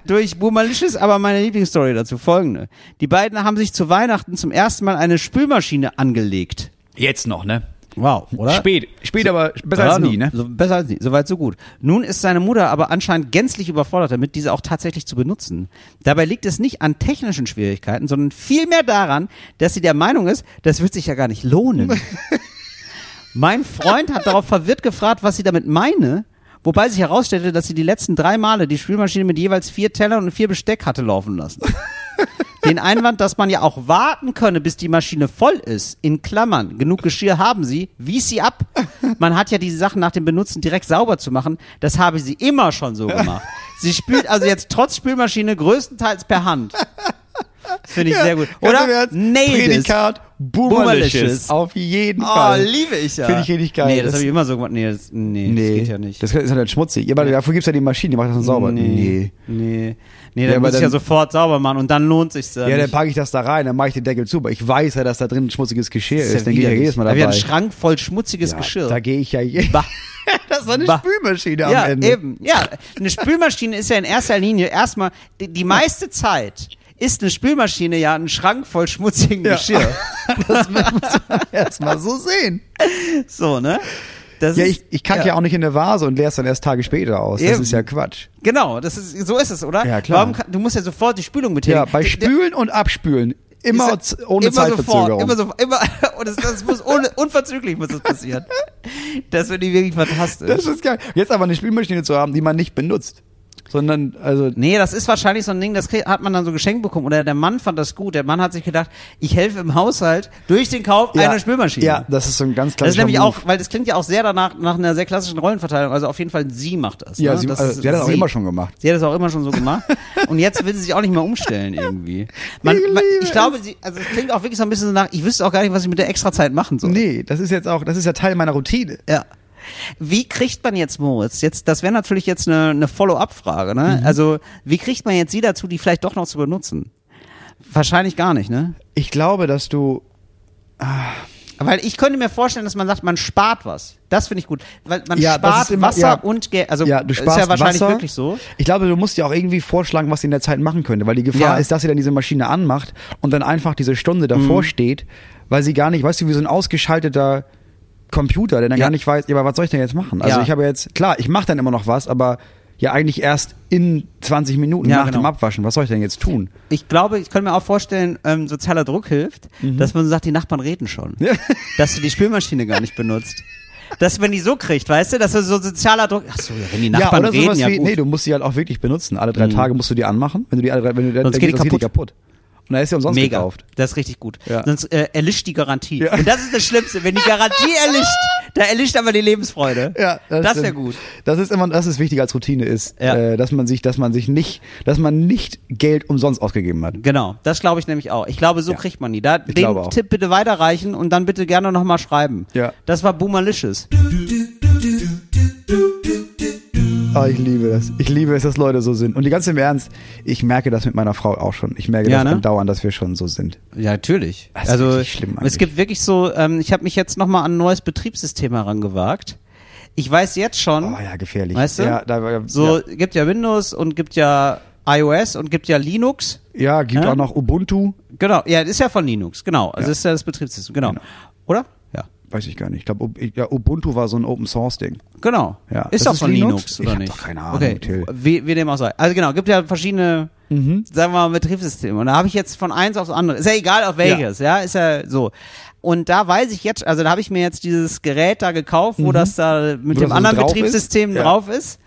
durch Boomerlicious aber meine Lieblingsstory dazu folgende. Die beiden haben sich zu Weihnachten zum ersten Mal eine Spülmaschine angelegt. Jetzt noch, ne? Wow, oder? Spät, spät, aber besser Ja, als nie, nun, ne? So, besser als nie, soweit so gut. Nun ist seine Mutter aber anscheinend gänzlich überfordert damit, diese auch tatsächlich zu benutzen. Dabei liegt es nicht an technischen Schwierigkeiten, sondern vielmehr daran, dass sie der Meinung ist, das wird sich ja gar nicht lohnen. mein Freund hat darauf verwirrt gefragt, was sie damit meine. Wobei sich herausstellte, dass sie die letzten drei Male die Spülmaschine mit jeweils vier Tellern und vier Besteck hatte laufen lassen. Den Einwand, dass man ja auch warten könne, bis die Maschine voll ist, in Klammern, genug Geschirr haben sie, wies sie ab. Man hat ja diese Sachen nach dem Benutzen direkt sauber zu machen, das habe sie immer schon so gemacht. Sie spült also jetzt trotz Spülmaschine größtenteils per Hand. Das finde ich sehr gut. Ganz im Oder? Ernst, Nailed it. Prädikat Boomerlicious. Boomerlicious. Auf jeden Oh, Fall. liebe ich ja. Finde ich richtig geil. Nee, das Das- habe ich immer so gemacht. Nee, das, nee, das geht ja nicht. Das ist halt schmutzig. Ja, aber dafür gibt's ja die Maschine, die macht das dann sauber. Nee. Nee, nee Ja, dann aber muss ich ja dann- sofort sauber machen und dann lohnt sich's dann. Ja, dann nicht. packe ich das da rein, dann mache ich den Deckel zu. Aber ich weiß ja, dass da drin schmutziges Geschirr ist. Das dann gehe ich ja widerlich. jedes Mal Da dabei. wir einen Schrank voll schmutziges ja, Geschirr. Da gehe ich ja je. Bah. Das ist doch eine Bah. Spülmaschine ja, am Ende. eben. Ja, eine Spülmaschine ist ja in erster Linie erstmal die, die meiste Zeit ist eine Spülmaschine ja ein Schrank voll schmutzigem Ja. Geschirr. Jetzt mal so sehen. So, ne? Das Ja, ist- ich, ich kacke ja. auch nicht in der Vase und leer's dann erst Tage später aus. Das Eben. ist ja Quatsch. Genau, das ist, so ist es, oder? Ja, klar. Warum, kann- du musst ja sofort die Spülung mitheben. Ja, bei Der- der- Spülen und Abspülen. Immer Ist- z- ohne immer Zeitverzögerung. Sofort, immer sofort, immer, und das, das muss ohne, unverzüglich muss das passieren. Das finde ich wirklich fantastisch. das ist geil. Jetzt aber eine Spülmaschine zu haben, die man nicht benutzt. Sondern, also, Nee, das ist wahrscheinlich so ein Ding, das krieg- hat man dann so geschenkt bekommen. Oder der Mann fand das gut. Der Mann hat sich gedacht, ich helfe im Haushalt durch den Kauf Ja. einer Spülmaschine. Ja, das ist so ein ganz Das ist klassischer nämlich Move. auch, weil das klingt ja auch sehr danach, nach einer sehr klassischen Rollenverteilung. Also auf jeden Fall, sie macht das. Ja, ne? sie, das also, ist sie hat das auch sie. immer schon gemacht. Sie hat das auch immer schon so gemacht. Und jetzt will sie sich auch nicht mehr umstellen irgendwie. Man, Ich ich, man, liebe ich glaube, sie, also es klingt auch wirklich so ein bisschen so nach, ich wüsste auch gar nicht, was ich mit der Extrazeit machen soll. Nee, das ist jetzt auch, das ist ja Teil meiner Routine. Ja. Wie kriegt man jetzt Moritz? Jetzt, das wäre natürlich jetzt eine, eine Follow-up-Frage, ne? Mhm. Also, wie kriegt man jetzt sie dazu, die vielleicht doch noch zu benutzen? Wahrscheinlich gar nicht, ne? Ich glaube, dass du, Weil ich könnte mir vorstellen, dass man sagt, man spart was. Das finde ich gut. Weil man Ja, das spart ist immer- Wasser ja. und Geld. Also ja, du sparst ist ja wahrscheinlich Wasser. wirklich so. Ich glaube, du musst ja auch irgendwie vorschlagen, was sie in der Zeit machen könnte, weil die Gefahr Ja. ist, dass sie dann diese Maschine anmacht und dann einfach diese Stunde Mhm. davor steht, weil sie gar nicht, weißt du, wie so ein ausgeschalteter Computer, der dann Ja. gar nicht weiß, ja, aber was soll ich denn jetzt machen? Also Ja. ich habe jetzt, klar, ich mache dann immer noch was, aber ja eigentlich erst in 20 Minuten Ja, nach dem genau. Abwaschen. Was soll ich denn jetzt tun? Ich glaube, ich könnte mir auch vorstellen, ähm, sozialer Druck hilft, Mhm. dass man sagt, die Nachbarn reden schon. dass du die Spülmaschine gar nicht benutzt. Dass man die so kriegt, weißt du, dass du so sozialer Druck. Ach so, ja, wenn die Nachbarn ja, oder reden, sowas ja wie, gut. Mhm. nee, du musst sie halt auch wirklich benutzen. Alle drei Tage musst du die anmachen. Wenn du die alle drei, wenn du Sonst geht die kaputt. Und da ist sie umsonst Mega. gekauft. Das ist richtig gut. Ja. Sonst äh, erlischt die Garantie. Ja. Und das ist das Schlimmste. Wenn die Garantie erlischt, da erlischt aber die Lebensfreude. das wäre stimmt. gut. Das ist immer, das ist wichtiger als Routine ist, Ja. äh, dass man sich, dass man sich nicht, dass man nicht Geld umsonst ausgegeben hat. Genau, das glaube ich nämlich auch. Ich glaube, so Ja. kriegt man die. Da, den glaube auch. Tipp bitte weiterreichen und dann bitte gerne nochmal schreiben. Ja. Das war Boomerlicious. Ah, ich liebe das. Ich liebe es, dass Leute so sind. Und die ganze im Ernst, ich merke das mit meiner Frau auch schon. Ich merke Ja, das ne? andauernd, dass wir schon so sind. Ja, natürlich. Das ist also richtig schlimm eigentlich. es gibt wirklich so, ähm, ich habe mich jetzt nochmal an ein neues Betriebssystem herangewagt. Ich weiß jetzt schon, Oh ja, gefährlich. weißt du, Ja, da, so ja, gibt ja Windows und gibt ja iOS und gibt ja Linux. ja gibt Ja? auch noch Ubuntu. Genau, ja, das ist ja von Linux, genau. Also Ja. ist ja das Betriebssystem, genau. Genau. Oder? Ja. Weiß ich gar nicht. Ich glaube, ja, Ubuntu war so ein Open Source Ding. Genau. Ja. Ist Das doch ist von Linux? Linux, Ich oder hab nicht? doch keine Ahnung, Okay. Till. Wie, wie dem auch sei. Also genau, gibt ja verschiedene, Mhm. sagen wir mal, Betriebssysteme. Und da habe ich jetzt von eins aufs andere. Ist ja egal auf welches, ja. Ist ja so. Und da weiß ich jetzt, also da habe ich mir jetzt dieses Gerät da gekauft, wo das da mit Mhm. Wo das dem so anderen drauf ist? Betriebssystem Ja. drauf ist.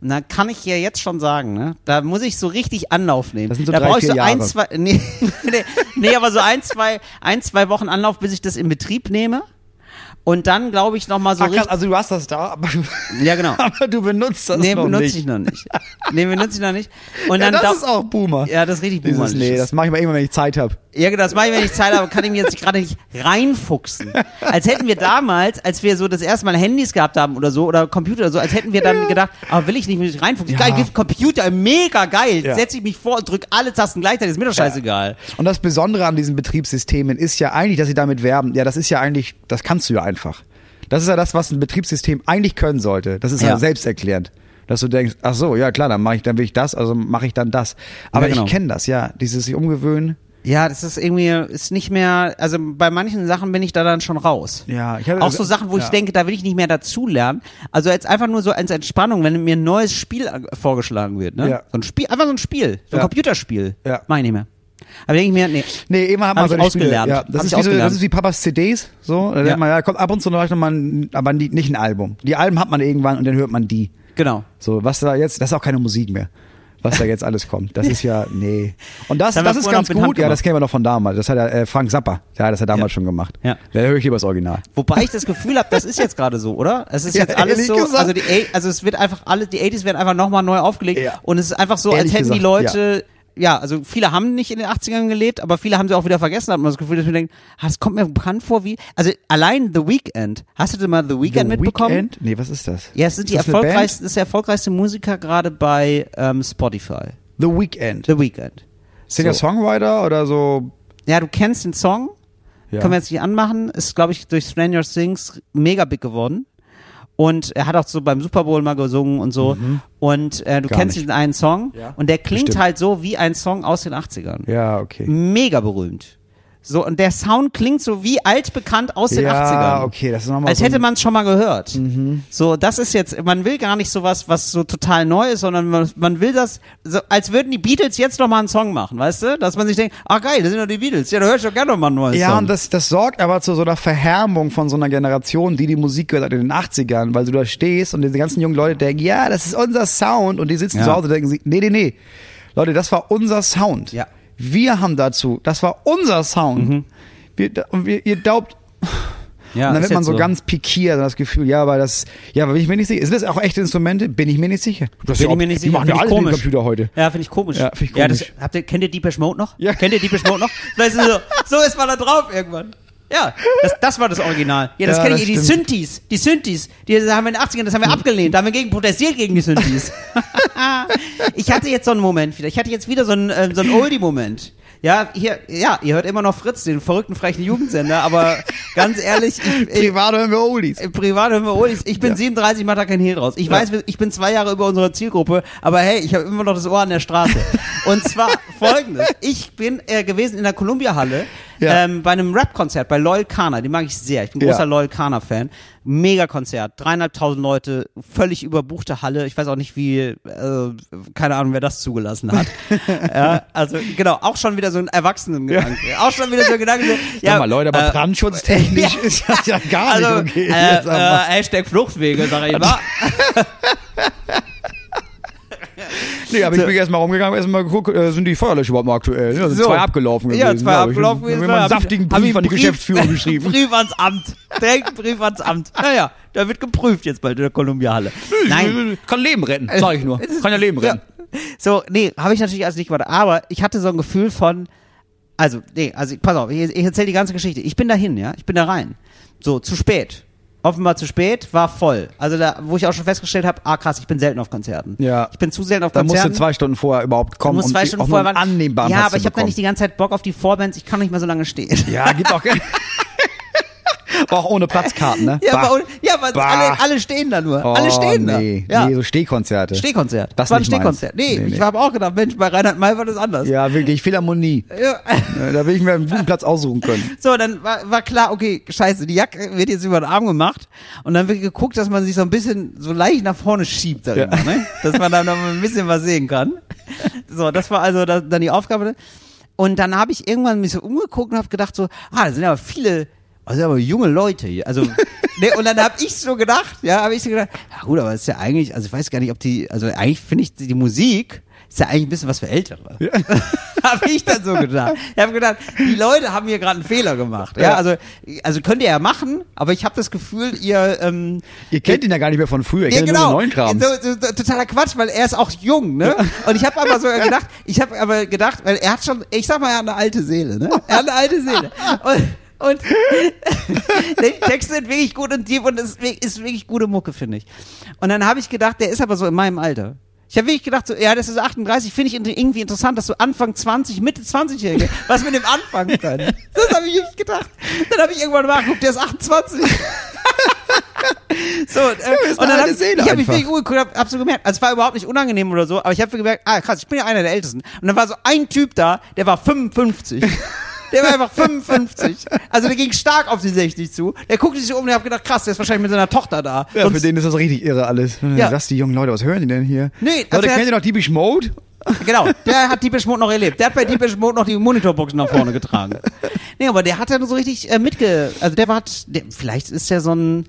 Und da kann ich ja jetzt schon sagen, ne? Da muss ich so richtig Anlauf nehmen. Das sind so da drei, brauch ich vier so ein, Jahre. zwei, nee, nee, nee, aber so ein, zwei, ein, zwei Wochen Anlauf, bis ich das in Betrieb nehme. Und dann glaube ich nochmal so Ach krass, richtig. also du hast das da, aber, Ja, genau. aber du benutzt das Nee, noch benutze nicht. ich noch nicht. Nee, benutze ich noch nicht. Und ja, dann das dau- ist auch Boomer. ja, das ist richtig Dieses, nee, Boomerliches. das mache ich mal irgendwann, wenn ich Zeit habe. Ja, genau, das mache ich, wenn ich Zeit habe, kann ich mir jetzt gerade nicht reinfuchsen. Als hätten wir damals, als wir so das erste Mal Handys gehabt haben oder so, oder Computer oder so, als hätten wir dann gedacht, ah, will ich nicht, will ich reinfuchsen. Ja. Geil, gibt Computer, mega geil. Ja. Setze ich mich vor und drück alle Tasten gleichzeitig, ist mir doch scheißegal. Und das Besondere an diesen Betriebssystemen ist ja eigentlich, dass sie damit werben. Ja, das ist ja eigentlich, das kannst du ja einfach. Das ist ja das, was ein Betriebssystem eigentlich können sollte. Das ist ja, Ja. selbsterklärend. Dass du denkst, ach so, ja klar, dann mache ich, dann will ich das, also mache ich dann das. Aber Ja, genau. ich kenne das, ja. Dieses sich umgewöhnen. Ja, das ist irgendwie, ist nicht mehr, also bei manchen Sachen bin ich da dann schon raus. Ja, ich hatte- Auch so Sachen, wo ja. ich denke, da will ich nicht mehr dazulernen. Also jetzt einfach nur so als Entspannung, wenn mir ein neues Spiel an- vorgeschlagen wird, ne? Ja. So ein Spiel, einfach so ein Spiel, so ein Ja. Computerspiel. Ja. Mach ich nicht mehr. Aber denke ich mir, nee. Nee, immer hat Hab man ich seine ausgelernt. Spiele. Ja, Hab das, ist ich wie so, ausgelernt. das ist wie Papas CDs, so. Da Ja. ja. Man, ja, kommt ab und zu noch mal, ein, aber nie- nicht ein Album. Die Alben hat man irgendwann und dann hört man die. Genau. So, was da jetzt, das ist auch keine Musik mehr. was da jetzt alles kommt. Das ist ja, nee. Und das, Das haben das, wir ist vorher ganz noch mit Hand gut. Ja, gemacht. das kennen wir noch von damals. Das hat ja äh, Frank Zappa. Ja, das hat er damals Ja. schon gemacht. Ja. Da höre ich lieber das Original. Wobei ich das Gefühl habe, das ist jetzt gerade so, oder? Es ist Ja, jetzt alles ehrlich so, gesagt. also die A- also es wird einfach alle die 80s werden einfach nochmal neu aufgelegt Ja. und es ist einfach so, als Ehrlich hätten die gesagt, Leute ja. also viele haben nicht in den 80ern gelebt, aber viele haben sie auch wieder vergessen, hat man das Gefühl, dass wir denken, ah, das kommt mir bekannt vor wie, also allein The Weeknd, hast du denn mal The Weeknd The mitbekommen? Weeknd? Nee, was ist das? Ja, es sind die Ist das eine erfolgreichsten, ist der erfolgreichste Musiker gerade bei ähm, Spotify, Band? The Weeknd. The Weeknd. Singer-Songwriter oder so? Ja, du kennst den Song, Ja. Können wir jetzt nicht anmachen. Ist, glaube ich, durch Stranger Things mega big geworden. Und er hat auch so beim Super Bowl mal gesungen und so. Und äh, du Mhm. Gar kennst nicht. diesen einen Song. Ja. Und der klingt Bestimmt. halt so wie ein Song aus den 80ern. ja, okay. Mega berühmt. So, und der Sound klingt so wie altbekannt aus den ja, 80ern. okay, das ist nochmal Als Also so Mhm. ein- hätte man es schon mal gehört. So, das ist jetzt, man will gar nicht sowas, was so total neu ist, sondern man, man will das, so, als würden die Beatles jetzt nochmal einen Song machen, weißt du? Dass man sich denkt, ah geil, das sind doch die Beatles, ja, da höre ich doch gerne nochmal einen neuen Song. Ja, und das, das sorgt aber zu so einer Verhärmung von so einer Generation, die die Musik gehört hat in den 80ern, weil du da stehst und diese ganzen jungen Leute denken, ja, das ist unser Sound und die sitzen Ja. zu Hause und denken, sich, nee, nee, nee. Leute, das war unser Sound. Ja. Mhm. Wir haben dazu, das war unser Sound. Wir, und wir, ihr glaubt, Ja, und dann ist wird man jetzt so, ganz pikiert und das Gefühl, ja, aber das, ja, aber bin ich mir nicht sicher. Sind das auch echte Instrumente? Bin ich mir nicht sicher. Bin Das ist ja ich mir auch- nicht Die sicher. machen ja Finde ich alles mit dem komisch. Computer heute. Ja, finde ich komisch. Ja, find ich das, komisch. habt ihr, kennt ihr Deepesh Mode noch? Ja. Kennt ihr Deepesh Mode noch? Vielleicht ist es so, so ist man da drauf irgendwann. Ja, das, das war das Original. Ja, das Ja, kenne das ich. Die stimmt. Synthes, die Synthes, die haben wir in den 80ern, das haben wir abgelehnt, da haben wir gegen protestiert gegen die Synthes. ich hatte jetzt so einen Moment wieder. Ich hatte jetzt wieder so einen, ähm, so einen Oldie-Moment. Ja, hier, ja, ihr hört immer noch Fritz, den verrückten frechen Jugendsender, aber ganz ehrlich, ich, ich, Privat hören wir Oldies. Äh, Privat hören wir Olis. Ich bin 37, mach da kein Hehl raus. Ich weiß, ich bin zwei Jahre über unserer Zielgruppe, aber hey, ich habe immer noch das Ohr an der Straße. Und zwar folgendes. Ich bin äh, gewesen in der Columbia-Halle Ja. ähm, bei einem Rap-Konzert bei Loyal Kana. Den mag ich sehr. Ich bin Ja. großer Loyal Kana-Fan. Mega-Konzert. Dreieinhalbtausend Leute, völlig überbuchte Halle. Ich weiß auch nicht, wie, äh, keine Ahnung, wer das zugelassen hat. ja, also genau, auch schon wieder so ein Erwachsenengedanke. Auch schon wieder so ein Gedanke. so, Ja, Ja, mal, Leute, aber äh, brandschutztechnisch ja. ist das ja gar also, nicht okay. Äh, Jetzt aber- äh, Hashtag Fluchtwege, sag ich mal. Nee, aber ich bin erstmal rumgegangen, erstmal geguckt, äh, sind die Feuerlöscher überhaupt noch aktuell? Ne? Da sind So. zwei abgelaufen gewesen. Ja, zwei glaub ich. abgelaufen Ich gewesen. hab mir mal einen Hab ich- saftigen hab ich Brief an die Geschäftsführung geschrieben. Brief ans Amt. Direkt einen Brief ans Amt. Naja, da wird geprüft jetzt bald in der Kolumbiahalle. Nein. Kann Leben retten, sag ich nur. Kann ja Leben retten. So, nee, habe ich natürlich alles nicht gemacht. Aber ich hatte so ein Gefühl von, also, nee, also ich- pass auf, ich, ich erzähle die ganze Geschichte. Ich bin dahin, ja, ich bin da rein. So, zu spät. Offenbar zu spät, war voll. Also da, wo ich auch schon festgestellt habe, ah krass, ich bin selten auf Konzerten. Ja. Ich bin zu selten auf Da musst Konzerten. du zwei Stunden vorher überhaupt kommen, muss um zwei die- Stunden auch nur vorher einen waren. annehmbaren Ja, Platz aber zu ich habe dann bekommen. nicht die ganze Zeit Bock auf die Vorbands. Ich kann nicht mehr so lange stehen. Ja, gibt auch... War auch ohne Platzkarten, ne? Ja, Bah. aber, ja, aber Bah. alle, alle stehen da nur. Oh, alle stehen nee. da. Ja. Nee, so Stehkonzerte. Stehkonzert. Das war ein nicht meins. Stehkonzert. Nee, Nee, nee. ich habe auch gedacht, Mensch, bei Reinhard May war das anders. Ja, wirklich, Philharmonie. Ja. Äh, Da will ich mir einen guten Platz aussuchen können. So, dann war, war klar, okay, scheiße, die Jacke wird jetzt über den Arm gemacht und dann wird geguckt, dass man sich so ein bisschen so leicht nach vorne schiebt, sag ich Ja. mal, ne? dass man da noch ein bisschen was sehen kann. So, das war also da, dann die Aufgabe. Und dann habe ich irgendwann mich so umgeguckt und habe gedacht so, ah, da sind aber viele, also aber junge Leute hier. Also, ne, und dann habe ich so gedacht, ja, habe ich so gedacht, ja gut, aber das ist ja eigentlich, also ich weiß gar nicht, ob die, also eigentlich finde ich die Musik ist ja eigentlich ein bisschen was für Ältere habe ich dann so gedacht. Ich habe gedacht, die Leute haben hier gerade einen Fehler gemacht. Ja, Ja. also, also könnt ihr ja machen, aber ich habe das Gefühl, ihr ähm, Ihr kennt ihn ja gar nicht mehr von früher, ihr kennt ihn genau. nur den neuen Kram. so, so, so, totaler Quatsch, weil er ist auch jung, ne? Und ich habe aber so gedacht, ich habe aber gedacht, weil er hat schon, ich sag mal, er hat eine alte Seele, ne? Er hat eine alte Seele. Und, und die Texte sind wirklich gut und tief und es ist wirklich- ist wirklich gute Mucke, finde ich. Und dann habe ich gedacht, der ist aber so in meinem Alter. Ich habe wirklich gedacht, so, ja, das ist so 38, finde ich inter- irgendwie interessant, dass so Anfang 20, Mitte 20-Jährige was mit dem anfangen können. Das habe ich wirklich gedacht. Dann habe ich irgendwann nachgeguckt, der ist 28. So, und, äh, und eine dann hab, alte Seele ich habe mich einfach. wirklich umgeguckt, hab, hab so gemerkt, also es war überhaupt nicht unangenehm oder so, aber ich habe gemerkt, ah krass, ich bin ja einer der Ältesten. Und dann war so ein Typ da, der war 55. Der war einfach 55. Also der ging stark auf die 60 zu. Der guckte sich um und ich habe gedacht, krass, der ist wahrscheinlich mit seiner Tochter da. Ja, für Sonst- den ist das richtig irre alles. Ja. Ja. Sagst die jungen Leute, was hören die denn hier? Nee, also Leute, er- kennt ihr noch Deepish Mode? genau, der hat Deepish Mode noch erlebt. Der hat bei Deepish Mode noch die Monitorbox nach vorne getragen. Nee, aber der hat ja nur so richtig äh, mitge... Also der war... Der, vielleicht ist der so ein...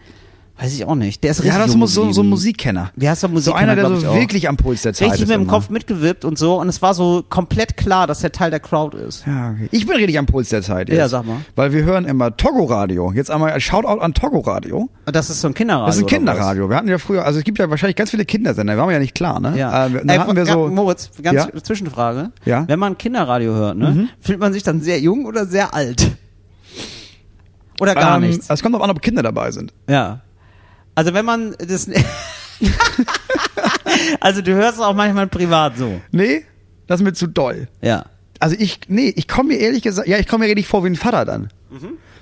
Weiß ich auch nicht. Der ist richtig Ja, das jung muss so, so ein geblieben. Musikkenner. Ja, ist doch So Musikkenner, einer, der glaub so ich auch. wirklich am Puls der Zeit Richtig ist. mit dem immer. Kopf mitgewippt und so. Und es war so komplett klar, dass der Teil der Crowd ist. Ja, okay. Ich bin richtig am Puls der Zeit. Jetzt, Ja, sag mal. Weil wir hören immer Togo Radio. Jetzt einmal ein Shoutout an Togo Radio. Und das ist so ein Kinderradio. Das ist Also, ein oder was? Kinderradio. Wir hatten ja früher, also es gibt ja wahrscheinlich ganz viele Kindersender, waren wir ja nicht klar, ne? Ja. Äh, dann Ey, hatten wir ja, so. Moritz, ganz Ja? Zwischenfrage. Ja? Mhm. Wenn man Kinderradio hört, ne, fühlt man sich dann sehr jung oder sehr alt? Oder gar ähm, nichts? Es kommt auch an, ob Kinder dabei sind. Ja. Also wenn man das... also du hörst es auch manchmal privat so. Nee, das ist mir zu doll. Ja. Also ich, nee, ich komme mir ehrlich gesagt, ja, ich komme mir ehrlich vor wie ein Vater dann.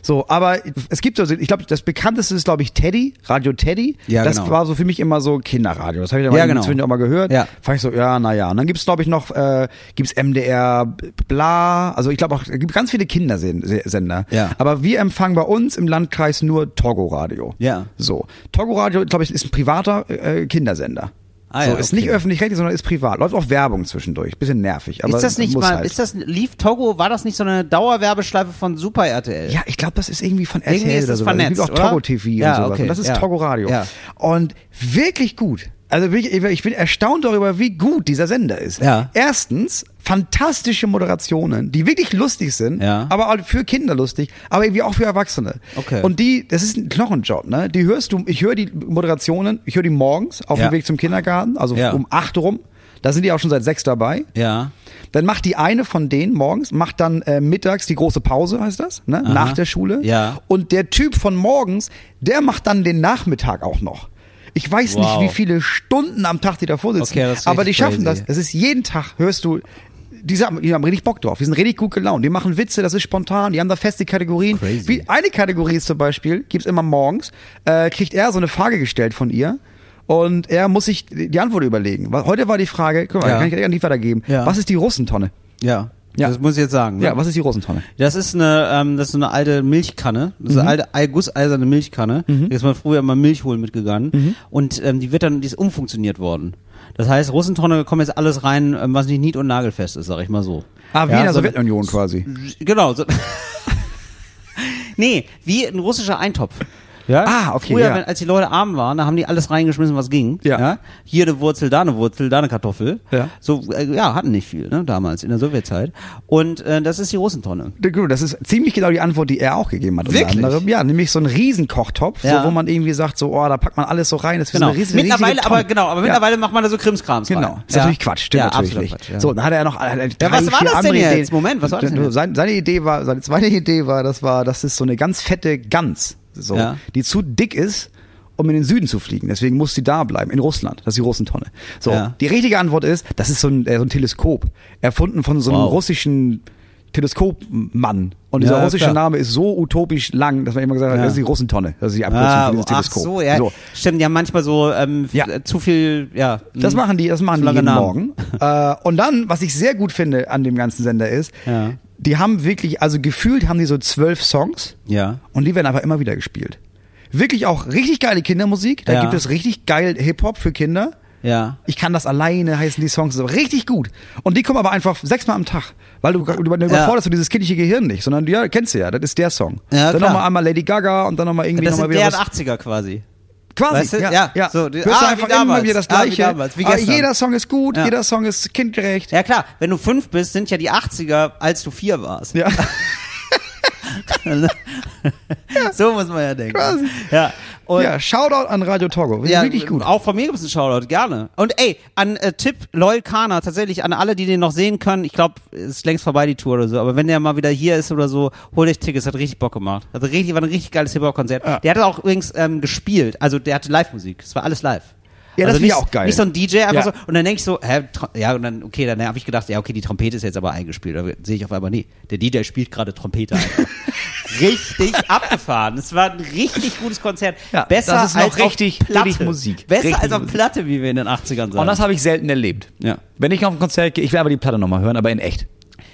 So, aber es gibt also, ich glaube, das bekannteste ist, glaube ich, Teddy, Radio Teddy. Ja, das genau. war so für mich immer so Kinderradio. Das habe ich Ja, ja, genau. inzwischen auch mal gehört. Ja. Fand ich so, ja, naja. Und dann gibt's glaube ich, noch, äh, gibt's MDR, bla. Also ich glaube auch, es gibt ganz viele Kindersender. Ja. Aber wir empfangen bei uns im Landkreis nur Togo Radio. Ja. So. Togo Radio, glaube ich, ist ein privater äh, Kindersender. Ah, so, ja, ist okay. nicht öffentlich-rechtlich, sondern ist privat. Läuft auch Werbung zwischendurch. Bisschen nervig. Aber ist das nicht muss mal, halt. ist das, lief Togo, war das nicht so eine Dauerwerbeschleife von Super RTL? Ja, ich glaube, das ist irgendwie von Äh, Irgendwie RTL ist oder das so. vernetzt, es gibt auch oder? Togo TV Ja, und sowas. okay, und das ist ja. Togo Radio. Ja. Und wirklich gut. Also wirklich, ich bin erstaunt darüber, wie gut dieser Sender ist. Ja. Erstens, fantastische Moderationen, die wirklich lustig sind, Ja. aber auch für Kinder lustig, aber irgendwie auch für Erwachsene. Okay. Und die, das ist ein Knochenjob, ne? Die hörst du, ich höre die Moderationen, ich höre die morgens auf Ja. dem Weg zum Kindergarten, also Ja. um acht rum. Da sind die auch schon seit sechs dabei. Ja. Dann macht die eine von denen morgens, macht dann äh, mittags die große Pause, heißt das, ne? nach der Schule. Ja. Und der Typ von morgens, der macht dann den Nachmittag auch noch. Ich weiß Wow. nicht, wie viele Stunden am Tag die davor sitzen, Okay, das ist aber die richtig schaffen crazy. das. Das ist jeden Tag, hörst du, die haben, die haben richtig Bock drauf, die sind richtig gut gelaunt, die machen Witze, das ist spontan, die haben da feste Kategorien. Crazy. Wie eine Kategorie ist zum Beispiel, gibt's immer morgens, äh, kriegt er so eine Frage gestellt von ihr und er muss sich die Antwort überlegen. Weil Heute war die Frage, guck mal, Ja. kann ich direkt an die weitergeben, Ja. was ist die Russentonne? Ja. Ja. Das muss ich jetzt sagen. Ne? Ja, was ist die Rosentonne? Das ist eine, ähm, das ist so eine alte Milchkanne, das ist Mhm. eine alte ei- gusseiserne Milchkanne. Da ist man früher immer Milch holen mitgegangen Mhm. und ähm, die wird dann, die ist umfunktioniert worden. Das heißt, Russentonne kommt jetzt alles rein, ähm, was nicht nied- und nagelfest ist, sag ich mal so. Ah, wie in der so- Sowjetunion quasi. Genau. So. nee, wie ein russischer Eintopf. Ja? Ah, okay, Früher, ja. wenn, als die Leute arm waren, da haben die alles reingeschmissen, was ging. Ja. Hier eine Wurzel, da eine Wurzel, da eine Kartoffel. Ja. So, äh, ja, hatten nicht viel, ne, damals, in der Sowjetzeit. Und äh, das ist die Russentonne. Gut, Das ist ziemlich genau die Antwort, die er auch gegeben hat. unter Wirklich? anderem. Ja, nämlich so ein Riesenkochtopf, Ja. so, wo man irgendwie sagt, so, oh, da packt man alles so rein. Das ist wie Genau. so eine riesen, mittlerweile, riesige aber Tonne. genau, aber Ja. mittlerweile macht man da so Krimskrams rein. Genau. Ist Ja. natürlich Quatsch, stimmt ja, natürlich absolut nicht. Quatsch, ja. So, dann hat er noch hat er Ja, was drei, war vier das denn andere jetzt? Ideen. Moment, was war das denn jetzt? Seine, seine Idee war, seine zweite Idee war, das war, das ist so eine ganz fette Gans, so, Ja. die zu dick ist, um in den Süden zu fliegen. Deswegen muss sie da bleiben, in Russland. Das ist die Russentonne. So, Ja. die richtige Antwort ist, das ist so ein, äh, so ein Teleskop, erfunden von so einem Wow. russischen Teleskopmann. Und dieser Ja, russische klar. Name ist so utopisch lang, dass man immer gesagt hat, Ja. das ist die Russentonne. Das ist die Abkürzung Ah, für dieses ach Teleskop. so, ja. Stimmt, ja, manchmal so ähm, f- Ja. äh, zu viel, ja. Hm. Das mh, machen die, das machen zu die lange jeden Namen. Morgen. äh, und dann, was ich sehr gut finde an dem ganzen Sender ist, Ja. die haben wirklich, also gefühlt haben die so zwölf Songs Ja. und die werden einfach immer wieder gespielt. Wirklich auch richtig geile Kindermusik. Da Ja. gibt es richtig geil Hip-Hop für Kinder. Ja. Ich kann das alleine, heißen die Songs, ist aber richtig gut. Und die kommen aber einfach sechsmal am Tag, weil du, du überforderst du dieses kindliche Gehirn nicht, sondern ja, kennst du ja, das ist der Song. Ja, dann klar. nochmal einmal Lady Gaga und dann nochmal irgendwie Das nochmal sind wieder deren was- 80er quasi. Quasi, Weißt du, ja. ja, ja, so, die- Hörst du ah, wie einfach damals, immer wieder das ah, wie Gleiche. damals, wie Aber gestern. jeder Song ist gut, Ja. jeder Song ist kindgerecht. Ja klar, wenn du fünf bist, sind ja die 80er, als du vier warst. Ja. So muss man ja denken. Krass. Ja. Und ja, Shoutout an Radio Togo. ja, äh, wirklich gut. Auch von mir gibt es einen Shoutout, gerne. Und ey, an äh, Tipp Loyal Kana, tatsächlich, an alle, die den noch sehen können. Ich glaube, es ist längst vorbei, die Tour oder so. Aber wenn der mal wieder hier ist oder so, hol euch Tickets, hat richtig Bock gemacht. Hat richtig, war ein richtig geiles Hip-Hop-Konzert. Ja. Der hat auch übrigens ähm, gespielt. Also der hatte Live-Musik. Es war alles live. Ja, das also find ich nicht, auch geil. Nicht so ein DJ, einfach Ja. so. Und dann denke ich so, hä, Tr- ja, und dann, okay, dann habe ich gedacht, ja, okay, die Trompete ist jetzt aber eingespielt. Da sehe ich auf einmal, nee, der DJ spielt gerade Trompete einfach. richtig abgefahren. Es war ein richtig gutes Konzert. Ja, Besser das ist noch als auf richtig- Platte. richtig Musik. Besser Richtig als auf Musik. Platte, wie wir in den 80ern sagen. Und das habe ich selten erlebt. Ja. Wenn ich auf ein Konzert gehe, ich will aber die Platte nochmal hören, aber in echt.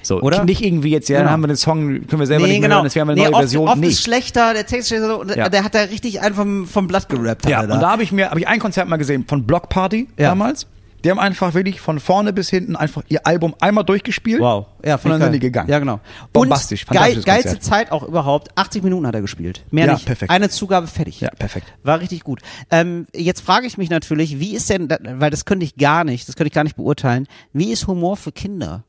So, Oder? Nicht irgendwie jetzt, ja, Genau. dann haben wir den Song, können wir selber nicht mehr hören, deswegen haben wir eine nee, neue oft, Version. oft nee. ist schlechter, der Text ist schlechter, und Ja. der hat da richtig einen vom, vom Blatt gerappt. Ja, hat er und da habe ich mir, habe ich ein Konzert mal gesehen von Block Party Ja. damals. Die haben einfach wirklich von vorne bis hinten einfach ihr Album einmal durchgespielt. Wow. Ja, und finde ich dann sind geil. die gegangen. Ja, genau. Bombastisch, Und geil, fantastisches geilste Konzert. Zeit auch überhaupt. 80 Minuten hat er gespielt. Mehr Ja, nicht. perfekt. Eine Zugabe fertig. Ja, perfekt. War richtig gut. Ähm, jetzt frage ich mich natürlich, wie ist denn, weil das könnte ich gar nicht, das könnte ich gar nicht beurteilen, wie ist Humor für Kinder?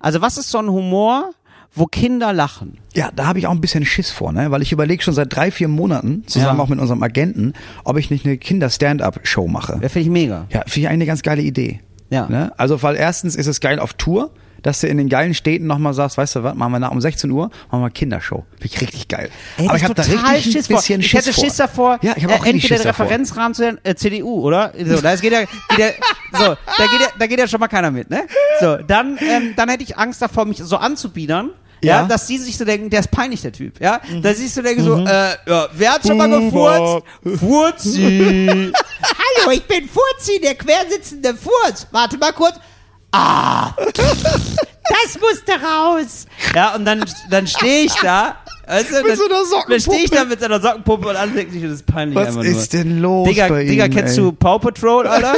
Also was ist so ein Humor, wo Kinder lachen? Ja, da habe ich auch ein bisschen Schiss vor, ne? weil ich überlege schon seit drei, vier Monaten, zusammen Ja. auch mit unserem Agenten, ob ich nicht eine Kinder-Stand-Up-Show mache. Ja, finde ich mega. Ja, finde ich eigentlich eine ganz geile Idee. Ja. Ne? Also, weil erstens ist es geil auf Tour, dass du in den geilen Städten nochmal sagst, weißt du was, machen wir nach um 16 Uhr, machen wir Kindershow. Finde ich richtig geil. Ey, Aber das ich habe da ist total richtig Schiss ein bisschen vor. Schiss ich hätte vor. Schiss davor, Ja, ich habe äh, auch richtig entweder Schiss der davor. Referenzrahmen zu der äh, CDU, oder? So, da ist geht ja, geht ja, so, da geht ja, da geht ja schon mal keiner mit, ne? So, dann, ähm, dann hätte ich Angst davor, mich so anzubiedern. Ja, Ja. Mhm. dass die sich so denken, der ist peinlich, der Typ, ja? Dass ich so denke, so, äh, ja, wer hat schon mal Huber. gefurzt? Furzi. Hallo, ich bin Furzi, der quersitzende Furz. Warte mal kurz. Ah, das musste raus. Ja, und dann, dann stehe ich da. Weißt du, Mit so einer dann- Sockenpuppe. Dann stehe ich da mit seiner Sockenpuppe und alle denken sich, das ist peinlich Was einfach ist nur. denn los Digga, bei Digga, Ihnen, kennst ey? du Paw Patrol, Alter?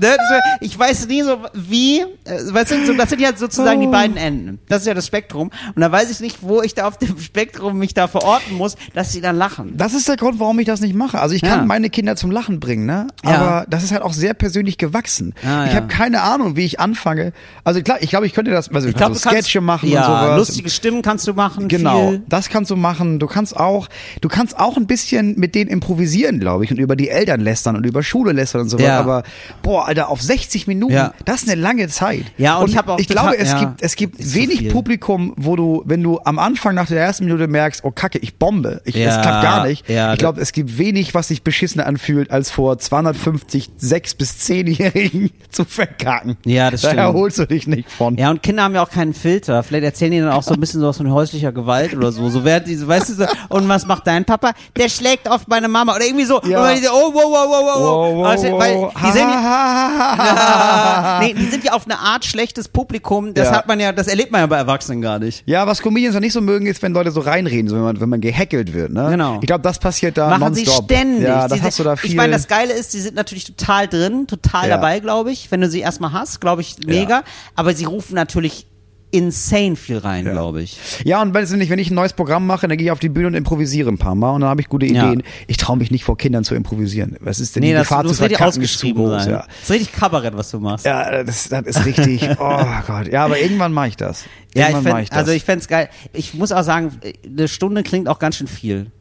Ne, so, ich weiß nie so, wie, äh, weißt du, so, das sind ja sozusagen die Oh. beiden Enden. Das ist ja das Spektrum. Und da weiß ich nicht, wo ich da auf dem Spektrum mich da verorten muss, dass sie dann lachen. Das ist der Grund, warum ich das nicht mache. Also ich kann Ja. meine Kinder zum Lachen bringen, ne? Aber Ja. das ist halt auch sehr persönlich gewachsen. Ah, ich ja. habe keine Ahnung, wie ich anfange. Also klar, ich glaube, ich könnte das, also ich Ich glaub, kann so du kannst- Sketche machen ja, und sowas. Lustige Stimmen kannst du machen. Genau, Viel. das kannst du machen. Du kannst auch, du kannst auch ein bisschen mit denen improvisieren, glaube ich, und über die Eltern lästern und über Schule lästern und so weiter. Ja. Aber boah, Alter, auf 60 Minuten, Ja. das ist eine lange Zeit. Ja, und ich hab auch ich total- glaube, es ja, gibt, es gibt ist zu wenig viel. Publikum, wo du, wenn du am Anfang nach der ersten Minute merkst, oh Kacke, ich bombe, ich, es Ja, klappt gar nicht. ja, ich glaube, es gibt wenig, was sich beschissener anfühlt, als vor 250 sechs bis 10-Jährigen zu verkacken. Ja, das Daher stimmt. holst du dich nicht von. Ja, und Kinder haben ja auch keinen Filter. Vielleicht erzählen die dann auch so ein bisschen sowas von häuslicher Gewalt oder so. So während diese, weißt du, so, und was macht dein Papa? Der schlägt oft meine Mama. Oder irgendwie so. Ja. Und dann die so, oh, wow, wow, wow, wow. Wow, wow, Also, weil wow. Die sind ja, Ha, nee, die sind ja auf eine Art schlechtes Publikum. Das Ja. hat man ja, das erlebt man ja bei Erwachsenen gar nicht. Ja, was Comedians ja nicht so mögen, ist, wenn Leute so reinreden, so wenn man, wenn man gehackelt wird. Ne? Genau. Ich glaube, das passiert da Machen sie nonstop. ständig. Ja, das sie, hast du da viel. Ich meine, das Geile ist, sie sind natürlich total drin, total Ja. dabei, glaube ich. Wenn du sie erstmal hast, glaube ich, mega. Aber sie rufen natürlich insane viel rein, glaube ich. ja, und wenn es nicht, wenn ich ein neues Programm mache, dann gehe ich auf die Bühne und improvisiere ein paar Mal und dann habe ich gute Ja. Ideen. Ich traue mich nicht vor Kindern zu improvisieren. Was ist denn Nee, die das Gefahr zu muss richtig verkacken ist zu ausgeschrieben groß, sein. ja. Das ist richtig Kabarett, was du machst. Ja, das, das ist richtig. Oh Gott. Ja, aber irgendwann mache ich das. Ja, ich Irgendwann fänd, mache ich das. also ich fänd's geil. Ich muss auch sagen, eine Stunde klingt auch ganz schön viel.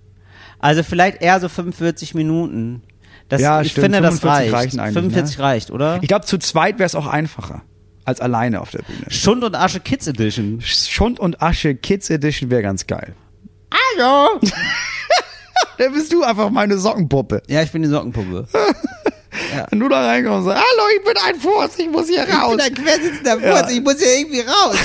Also vielleicht eher so 45 Minuten. Das, Ja, ich stimmt. finde, das 45 reicht. reichen eigentlich, ne? 45 reicht, oder? ich glaube, zu zweit wäre es auch einfacher als alleine auf der Bühne. Schund und Asche Kids Edition. Schund und Asche Kids Edition wäre ganz geil. Hallo! da bist du einfach meine Sockenpuppe. Ja, ich bin die Sockenpuppe. Wenn du da reinkommst und sagst, hallo, ich bin ein Furz, ich muss hier raus. quersitzender Ja. Furz, ich muss hier irgendwie raus.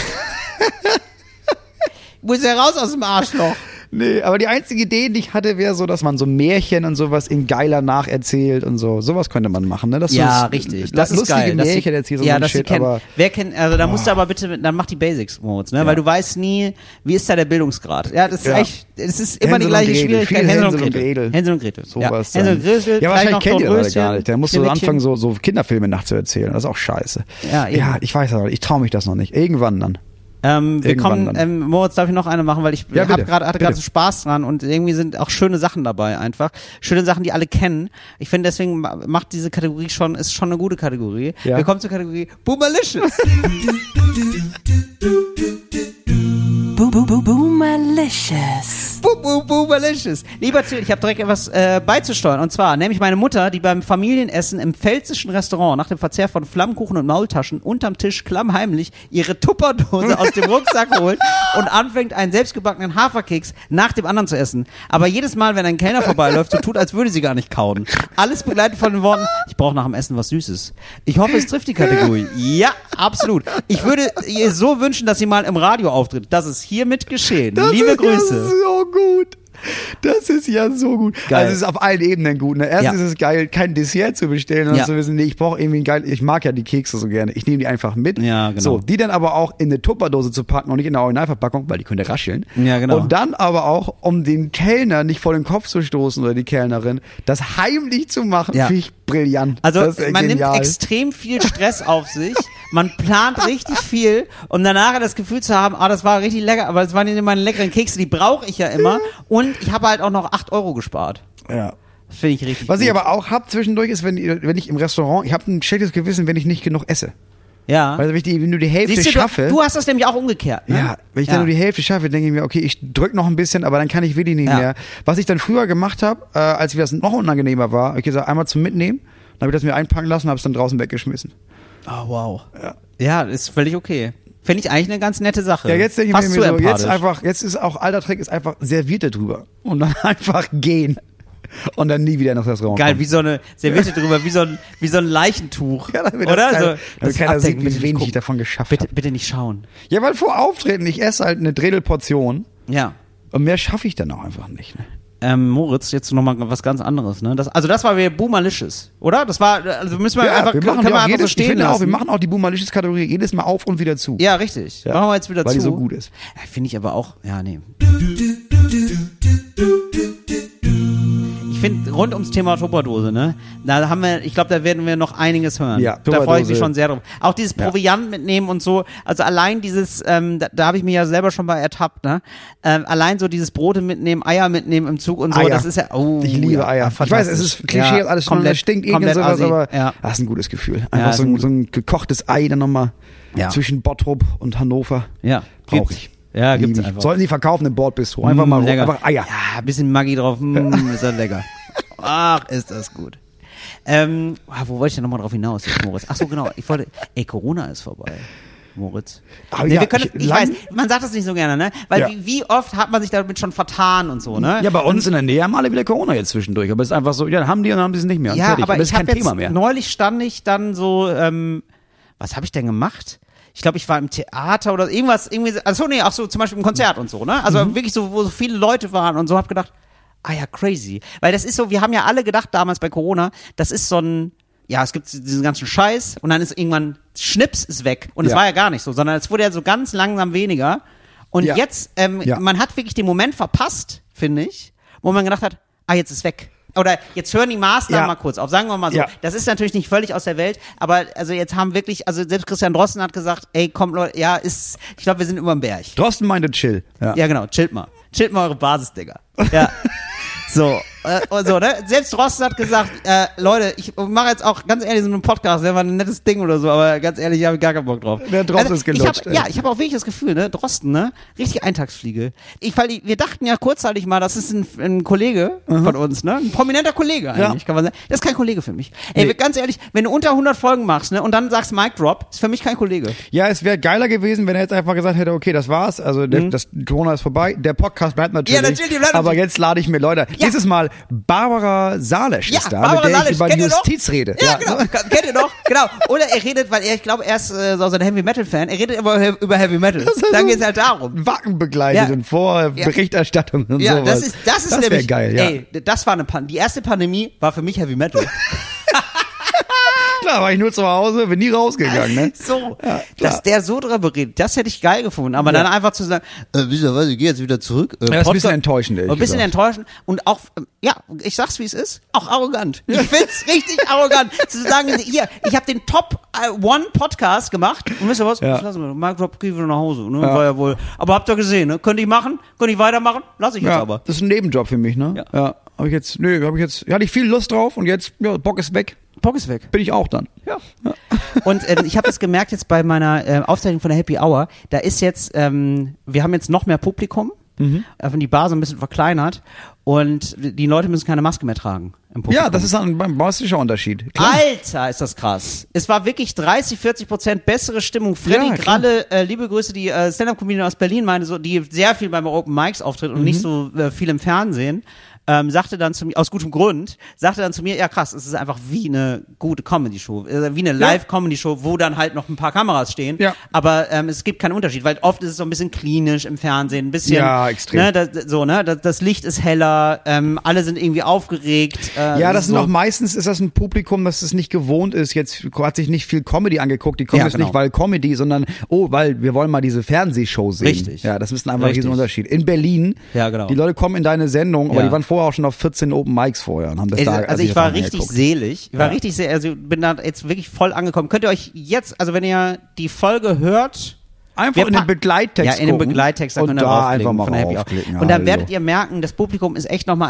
ich muss ja raus aus dem Arschloch. nee, aber die einzige Idee, die ich hatte, wäre so, dass man so Märchen und sowas in geiler nacherzählt und so. Sowas könnte man machen, ne? Dass du Ja, s- richtig. la- Das ist lustige geil. dass Märchen sie- erzählst und ja, so ein dass sie Shit, kennen. aber Ah. Wer kennt, also da musst du aber bitte, dann mach die Basics-Modes, ne? Weil du weißt nie, wie ist da der Bildungsgrad? Ja, das ist Ja. echt, es ist immer Hänsel die und gleiche Gretel. Schwierigkeit. Viel Hänsel, Hänsel und und Gretel. Gretel. Hänsel und Gretel. sowas. ja. Hänsel dann. und Gretel. ja, wahrscheinlich vielleicht noch kennt ihr die Leute Dornröschen, gar nicht. Da musst du so Schneewittchen. anfangen, so, so Kinderfilme nachzuerzählen. Das ist auch scheiße. Ja, eben. ja ich weiß aber, ich traue mich das noch nicht. Irgendwann dann. Ähm, wir Irgendwann kommen, dann. ähm, Moritz, darf ich noch eine machen, weil ich Ja, hab bitte, gerade hatte bitte. gerade so Spaß dran und irgendwie sind auch schöne Sachen dabei einfach. Schöne Sachen, die alle kennen. Ich finde, deswegen ma- macht diese Kategorie schon, ist schon eine gute Kategorie. Ja. Wir kommen zur Kategorie Boomalicious. Boo boo boo boomalicious. Boop, boop, boomalicious. Lieber Till, ich habe direkt etwas äh, beizusteuern. Und zwar nämlich meine Mutter, die beim Familienessen im pfälzischen Restaurant nach dem Verzehr von Flammkuchen und Maultaschen unterm Tisch klammheimlich ihre Tupperdose aus dem Rucksack holt und anfängt, einen selbstgebackenen Haferkeks nach dem anderen zu essen. Aber jedes Mal, wenn ein Kellner vorbeiläuft, so tut, als würde sie gar nicht kauen. Alles begleitet von den Worten, ich brauche nach dem Essen was Süßes. Ich hoffe, es trifft die Kategorie. Ja, absolut. Ich würde ihr so wünschen, dass sie mal im Radio auftritt. Das ist hiermit geschehen. Das Liebe ist ja Grüße. So gut. Das ist ja so gut. Geil. Also es ist auf allen Ebenen gut. Ne? Erstens Ja. ist es geil, kein Dessert zu bestellen und Ja. zu wissen, nee, ich brauche irgendwie ein geil, ich mag ja die Kekse so gerne. Ich nehme die einfach mit. Ja, genau. So, die dann aber auch in eine Tupperdose zu packen und nicht in der Originalverpackung, weil die könnte rascheln. Ja, genau. Und dann aber auch, um den Kellner nicht vor den Kopf zu stoßen oder die Kellnerin, das heimlich zu machen, Ja. finde ich brillant. Also das ist man genial. nimmt extrem viel Stress auf sich. Man plant richtig viel, um danach das Gefühl zu haben, ah, das war richtig lecker, aber das waren ja meine leckeren Kekse, die brauche ich ja immer. Und ich habe halt auch noch 8 Euro gespart. ja. Das finde ich richtig. Was gut. ich aber auch hab zwischendurch ist, wenn, wenn ich im Restaurant, ich habe ein schlechtes Gewissen, wenn ich nicht genug esse. ja. Weil wenn ich die, wenn du die Hälfte Siehst du, schaffe. du, du hast das nämlich auch umgekehrt. Ne? ja, wenn ich dann nur die Hälfte schaffe, denke ich mir, okay, ich drück noch ein bisschen, aber dann kann ich wirklich nicht Ja. mehr. Was ich dann früher gemacht habe, äh, als mir das noch unangenehmer war, hab ich gesagt, einmal zum Mitnehmen, dann habe ich das mir einpacken lassen und habe es dann draußen weggeschmissen. Oh, wow. Ja. ist völlig okay. Finde ich eigentlich eine ganz nette Sache. Ja, jetzt denke ich Fast mir, zu so, jetzt empathisch. einfach, jetzt ist auch alter Trick, ist einfach servierte drüber und dann einfach gehen und dann nie wieder in das Restaurant. Geil, kommen. wie so eine Serviette drüber, wie so ein, wie so ein Leichentuch. Ja, damit das oder? keiner- so, damit das keiner sieht, Abdecken, wie bitte nicht wenig ich gucken. davon geschafft bitte, hab. bitte nicht schauen. Ja, weil vor Auftreten, ich esse halt eine Drittelportion Ja. und mehr schaffe ich dann auch einfach nicht. Ne? Ähm, Moritz, jetzt nochmal was ganz anderes, ne? Das, also das war wieder Boomerlicious, oder? Das war, also müssen wir einfach, können die wir auch einfach so jedes, ich stehen finde lassen. auch, wir machen auch die boomerlisches Kategorie jedes Mal auf und wieder zu. ja, richtig. Ja, Machen wir jetzt wieder weil zu. die so gut ist. Ja, Finde ich aber auch, ja, nee. Ich finde, rund ums Thema Tupperdose, ne? Da haben wir, ich glaube, da werden wir noch einiges hören. Ja, da freue ich Tupperdose. mich schon sehr drauf. Auch dieses Proviant mitnehmen und so. Also allein dieses, ähm, da, da habe ich mich ja selber schon bei ertappt, ne? Ähm, allein so dieses Brote mitnehmen, Eier mitnehmen im Zug und so, Eier. das ist ja, oh. ich liebe ja, Eier. Ich weiß, es fantastisch. ist Klischee und alles komplett, stinkt irgendwas, sowas, assi. aber ja. das ist ein gutes Gefühl. Einfach ist so, ein ein, so ein gekochtes Ei dann nochmal Ja. zwischen Bottrop und Hannover. Ja, Brauche gibt's. ich. Ja, Lieb gibt's ich. einfach. Sollten die verkaufen im Bordbistro. Einfach Mm, mal rum, lecker. einfach Eier. Ja, ein bisschen Maggi drauf. Mm, ist das lecker. Ach, ist das gut. Ähm, ah, wo wollte ich denn nochmal drauf hinaus, jetzt, Moritz? Ach so, genau. Ich wollte, ey, Corona ist vorbei. Moritz. Aber ja, wir können, ich- ich, lang- weiß, man sagt das nicht so gerne, ne? Weil Ja. wie, wie oft hat man sich damit schon vertan und so, ne? Ja, bei uns in der Nähe haben alle wieder Corona jetzt zwischendurch. Aber es ist einfach so, ja, dann haben die und dann haben sie es nicht mehr. Und Ja, fertig. aber und das ich ist kein hab jetzt, Thema mehr. neulich stand ich dann so, ähm, was habe ich denn gemacht? Ich glaube, ich war im Theater oder irgendwas, irgendwie, achso, nee, ach so, zum Beispiel im Konzert und so, ne? Also Mhm. wirklich so, wo so viele Leute waren und so, hab gedacht, ah ja, crazy. Weil das ist so, wir haben ja alle gedacht damals bei Corona, das ist so ein, ja, es gibt diesen ganzen Scheiß und dann ist irgendwann, Schnips ist weg. Und es Ja. war ja gar nicht so, sondern es wurde ja so ganz langsam weniger. Und Ja. jetzt, ähm, Ja. man hat wirklich den Moment verpasst, finde ich, wo man gedacht hat, ah, jetzt ist weg. Oder jetzt hören die Maßnahmen Ja. mal kurz auf, sagen wir mal so. Ja. Das ist natürlich nicht völlig aus der Welt, aber also jetzt haben wirklich, also selbst Christian Drosten hat gesagt, ey, kommt Leute, ja, ist, ich glaube, wir sind über dem Berg. Drosten meinte chill. Ja, genau, chillt mal. Chillt mal eure Basis, Digga. Ja. So, äh, und so, ne? Selbst Ross hat gesagt, äh, Leute, ich mache jetzt auch ganz ehrlich so einen Podcast, der war ein nettes Ding oder so, aber ganz ehrlich, ich habe gar keinen Bock drauf. Also, Der Drosten ist gelutscht, Ich hab, ey. ja, ich habe auch wirklich das Gefühl, ne, Drosten, ne? Richtig Eintagsfliege. Ich, weil wir dachten ja kurzzeitig mal, das ist ein, ein Kollege von uns, ne? Ein prominenter Kollege eigentlich, Mhm. Ja. kann man sagen. Das ist kein Kollege für mich. Ey, Nee. ganz ehrlich, wenn du unter 100 Folgen machst, ne, und dann sagst Mic Drop, ist für mich kein Kollege. Ja, es wäre geiler gewesen, wenn er jetzt einfach gesagt hätte, okay, das war's, also der, das Corona ist vorbei, der Podcast bleibt natürlich, Mhm. Ja, natürlich bleibt aber natürlich. jetzt lade ich mir Leute. Nächstes Mal Barbara Salesch Ja, ist da, Barbara mit der Salisch, ich über kennt ihr noch? Justiz rede. Ja, genau. Kennt ihr noch? Genau. Oder er redet, weil er, ich glaube, er ist äh, so ein Heavy Metal Fan. Er redet immer he- über Heavy Metal. Das ist Dann so geht's halt darum. Wacken begleitet Ja. und vor Berichterstattung und Ja, sowas. das ist, das ist das wäre nämlich, geil, ja. ey, das war eine Pan die erste Pandemie war für mich Heavy Metal. Klar, war ich nur zu Hause, bin nie rausgegangen, ne? So, Ja, klar. dass der so drüber redet, das hätte ich geil gefunden. Aber dann einfach zu sagen, äh, wisst ihr was, ich gehe jetzt wieder zurück. Äh, Ja, das ist ein bisschen Podcast- enttäuschend, ehrlich Ein bisschen gesagt. enttäuschend und auch, ähm, ja, ich sag's wie es ist, auch arrogant. Ich find's richtig arrogant, zu sagen, hier, ich habe den Top äh, One Podcast gemacht und wisst ihr was, Ja. das lassen wir, Mark Drop geht wieder nach Hause. Ne? War ja wohl, aber habt ihr gesehen, ne? könnte ich machen, könnte ich weitermachen, lasse ich jetzt Ja, aber. das ist ein Nebenjob für mich, ne? Ja. ja habe ich jetzt, nee, habe ich jetzt, hatte ich viel Lust drauf und jetzt, ja, Bock ist weg, Bock ist weg. bin ich auch dann. Ja. Und ähm, ich habe das gemerkt jetzt bei meiner äh, Aufzeichnung von der Happy Hour, da ist jetzt, ähm, wir haben jetzt noch mehr Publikum, Mhm. haben die Bar so ein bisschen verkleinert und die Leute müssen keine Maske mehr tragen im Publikum. Ja, das ist ein ein drastischer Unterschied. Klar. Alter, ist das krass. Es war wirklich 30, 40 Prozent bessere Stimmung. Freddy Ja, klar. Gralle, äh, liebe Grüße, die äh, Mhm. Stand-Up-Comedian aus Berlin meinte, so, die sehr viel beim Open Mics auftritt und nicht so äh, viel im Fernsehen. ähm, sagte dann zu mir, aus gutem Grund, sagte dann zu mir, ja krass, es ist einfach wie eine gute Comedy-Show, äh, wie eine Live-Comedy-Show, wo dann halt noch ein paar Kameras stehen, Ja. aber ähm, es gibt keinen Unterschied, weil oft ist es so ein bisschen klinisch im Fernsehen, ein bisschen, Ja, extrem. Ne, das, so, ne, das, das Licht ist heller, ähm, alle sind irgendwie aufgeregt. Äh, Ja, das so. sind auch meistens ist das ein Publikum, das es nicht gewohnt ist. Jetzt hat sich nicht viel Comedy angeguckt. Die kommen Ja, jetzt genau. nicht, weil Comedy, sondern oh, weil wir wollen mal diese Fernsehshow sehen. Richtig. Ja, das ist einfach ein Richtig. Riesenunterschied. In Berlin, Ja, genau. die Leute kommen in deine Sendung, aber Ja. die waren vorher auch schon auf 14 Open Mics vorher und haben das Also, da also sich ich das war mal richtig angeguckt. selig. Ich war Ja. richtig selig. Also bin da jetzt wirklich voll angekommen. Könnt ihr euch jetzt, also wenn ihr die Folge hört, Einfach wir in den packen- Begleittext ja, in den gucken Begleittext, und könnt ihr da draufklicken, einfach mal von der Happy Hour. draufklicken. Und dann also. werdet ihr merken, das Publikum ist echt nochmal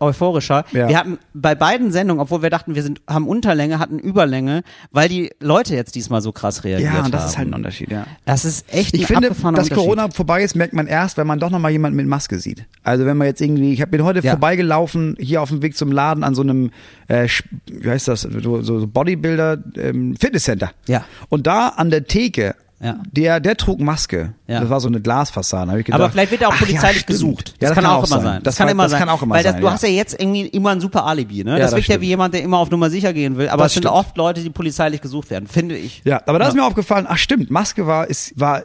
euphorischer. Ja. Wir hatten bei beiden Sendungen, obwohl wir dachten, wir sind, haben Unterlänge, hatten Überlänge, weil die Leute jetzt diesmal so krass reagiert Ja, haben. und das ist halt ein Unterschied, ja. Das ist echt Ich ein finde, abgefahrener dass Unterschied. Corona vorbei ist, merkt man erst, wenn man doch nochmal jemanden mit Maske sieht. Also wenn man jetzt irgendwie, ich hab- bin heute Ja. vorbeigelaufen, hier auf dem Weg zum Laden an so einem, äh, Sch- wie heißt das, so, so Bodybuilder, ähm, Fitnesscenter. Ja. Und da an der Theke, Ja. der, der trug Maske. Ja. Das war so eine Glasfassade. Hab ich gedacht, Aber vielleicht wird er auch ach, polizeilich ja, stimmt. gesucht. Ja, Das, kann, auch immer sein. Das, kann, immer das sein. kann auch immer Weil sein. das, du hast ja jetzt irgendwie immer ein super Alibi, ne? das, das wirkt ja stimmt. wie jemand, der immer auf Nummer sicher gehen will. Aber Das es sind stimmt. oft Leute, die polizeilich gesucht werden, finde ich. Ne? Ja, aber da ist mir aufgefallen, ach stimmt, Maske war, ist, war,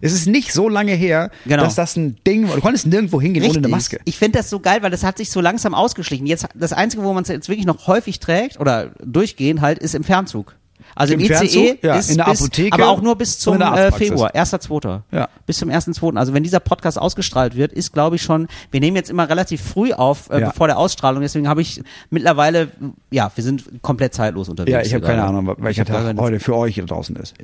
es ist nicht so lange her, Genau. dass das ein Ding war. Du konntest nirgendwo hingehen ohne eine Maske. Ich finde das so geil, weil das hat sich so langsam ausgeschlichen. Jetzt das einzige, wo man es jetzt wirklich noch häufig trägt oder durchgehend halt, ist im Fernzug. Also im, Im ICE Fernzug, ja, ist in der bis, Apotheke aber auch nur bis und zum in der äh, Arztpraxis. Februar, 1.2. Ja. Bis zum 1.2. Also wenn dieser Podcast ausgestrahlt wird, ist glaube ich schon, wir nehmen jetzt immer relativ früh auf, äh, Ja. bevor der Ausstrahlung, deswegen habe ich mittlerweile, ja, wir sind komplett zeitlos unterwegs. Ja, ich habe hier keine gerade. Ahnung, welcher hab gar Tag keine- heute für euch hier draußen ist.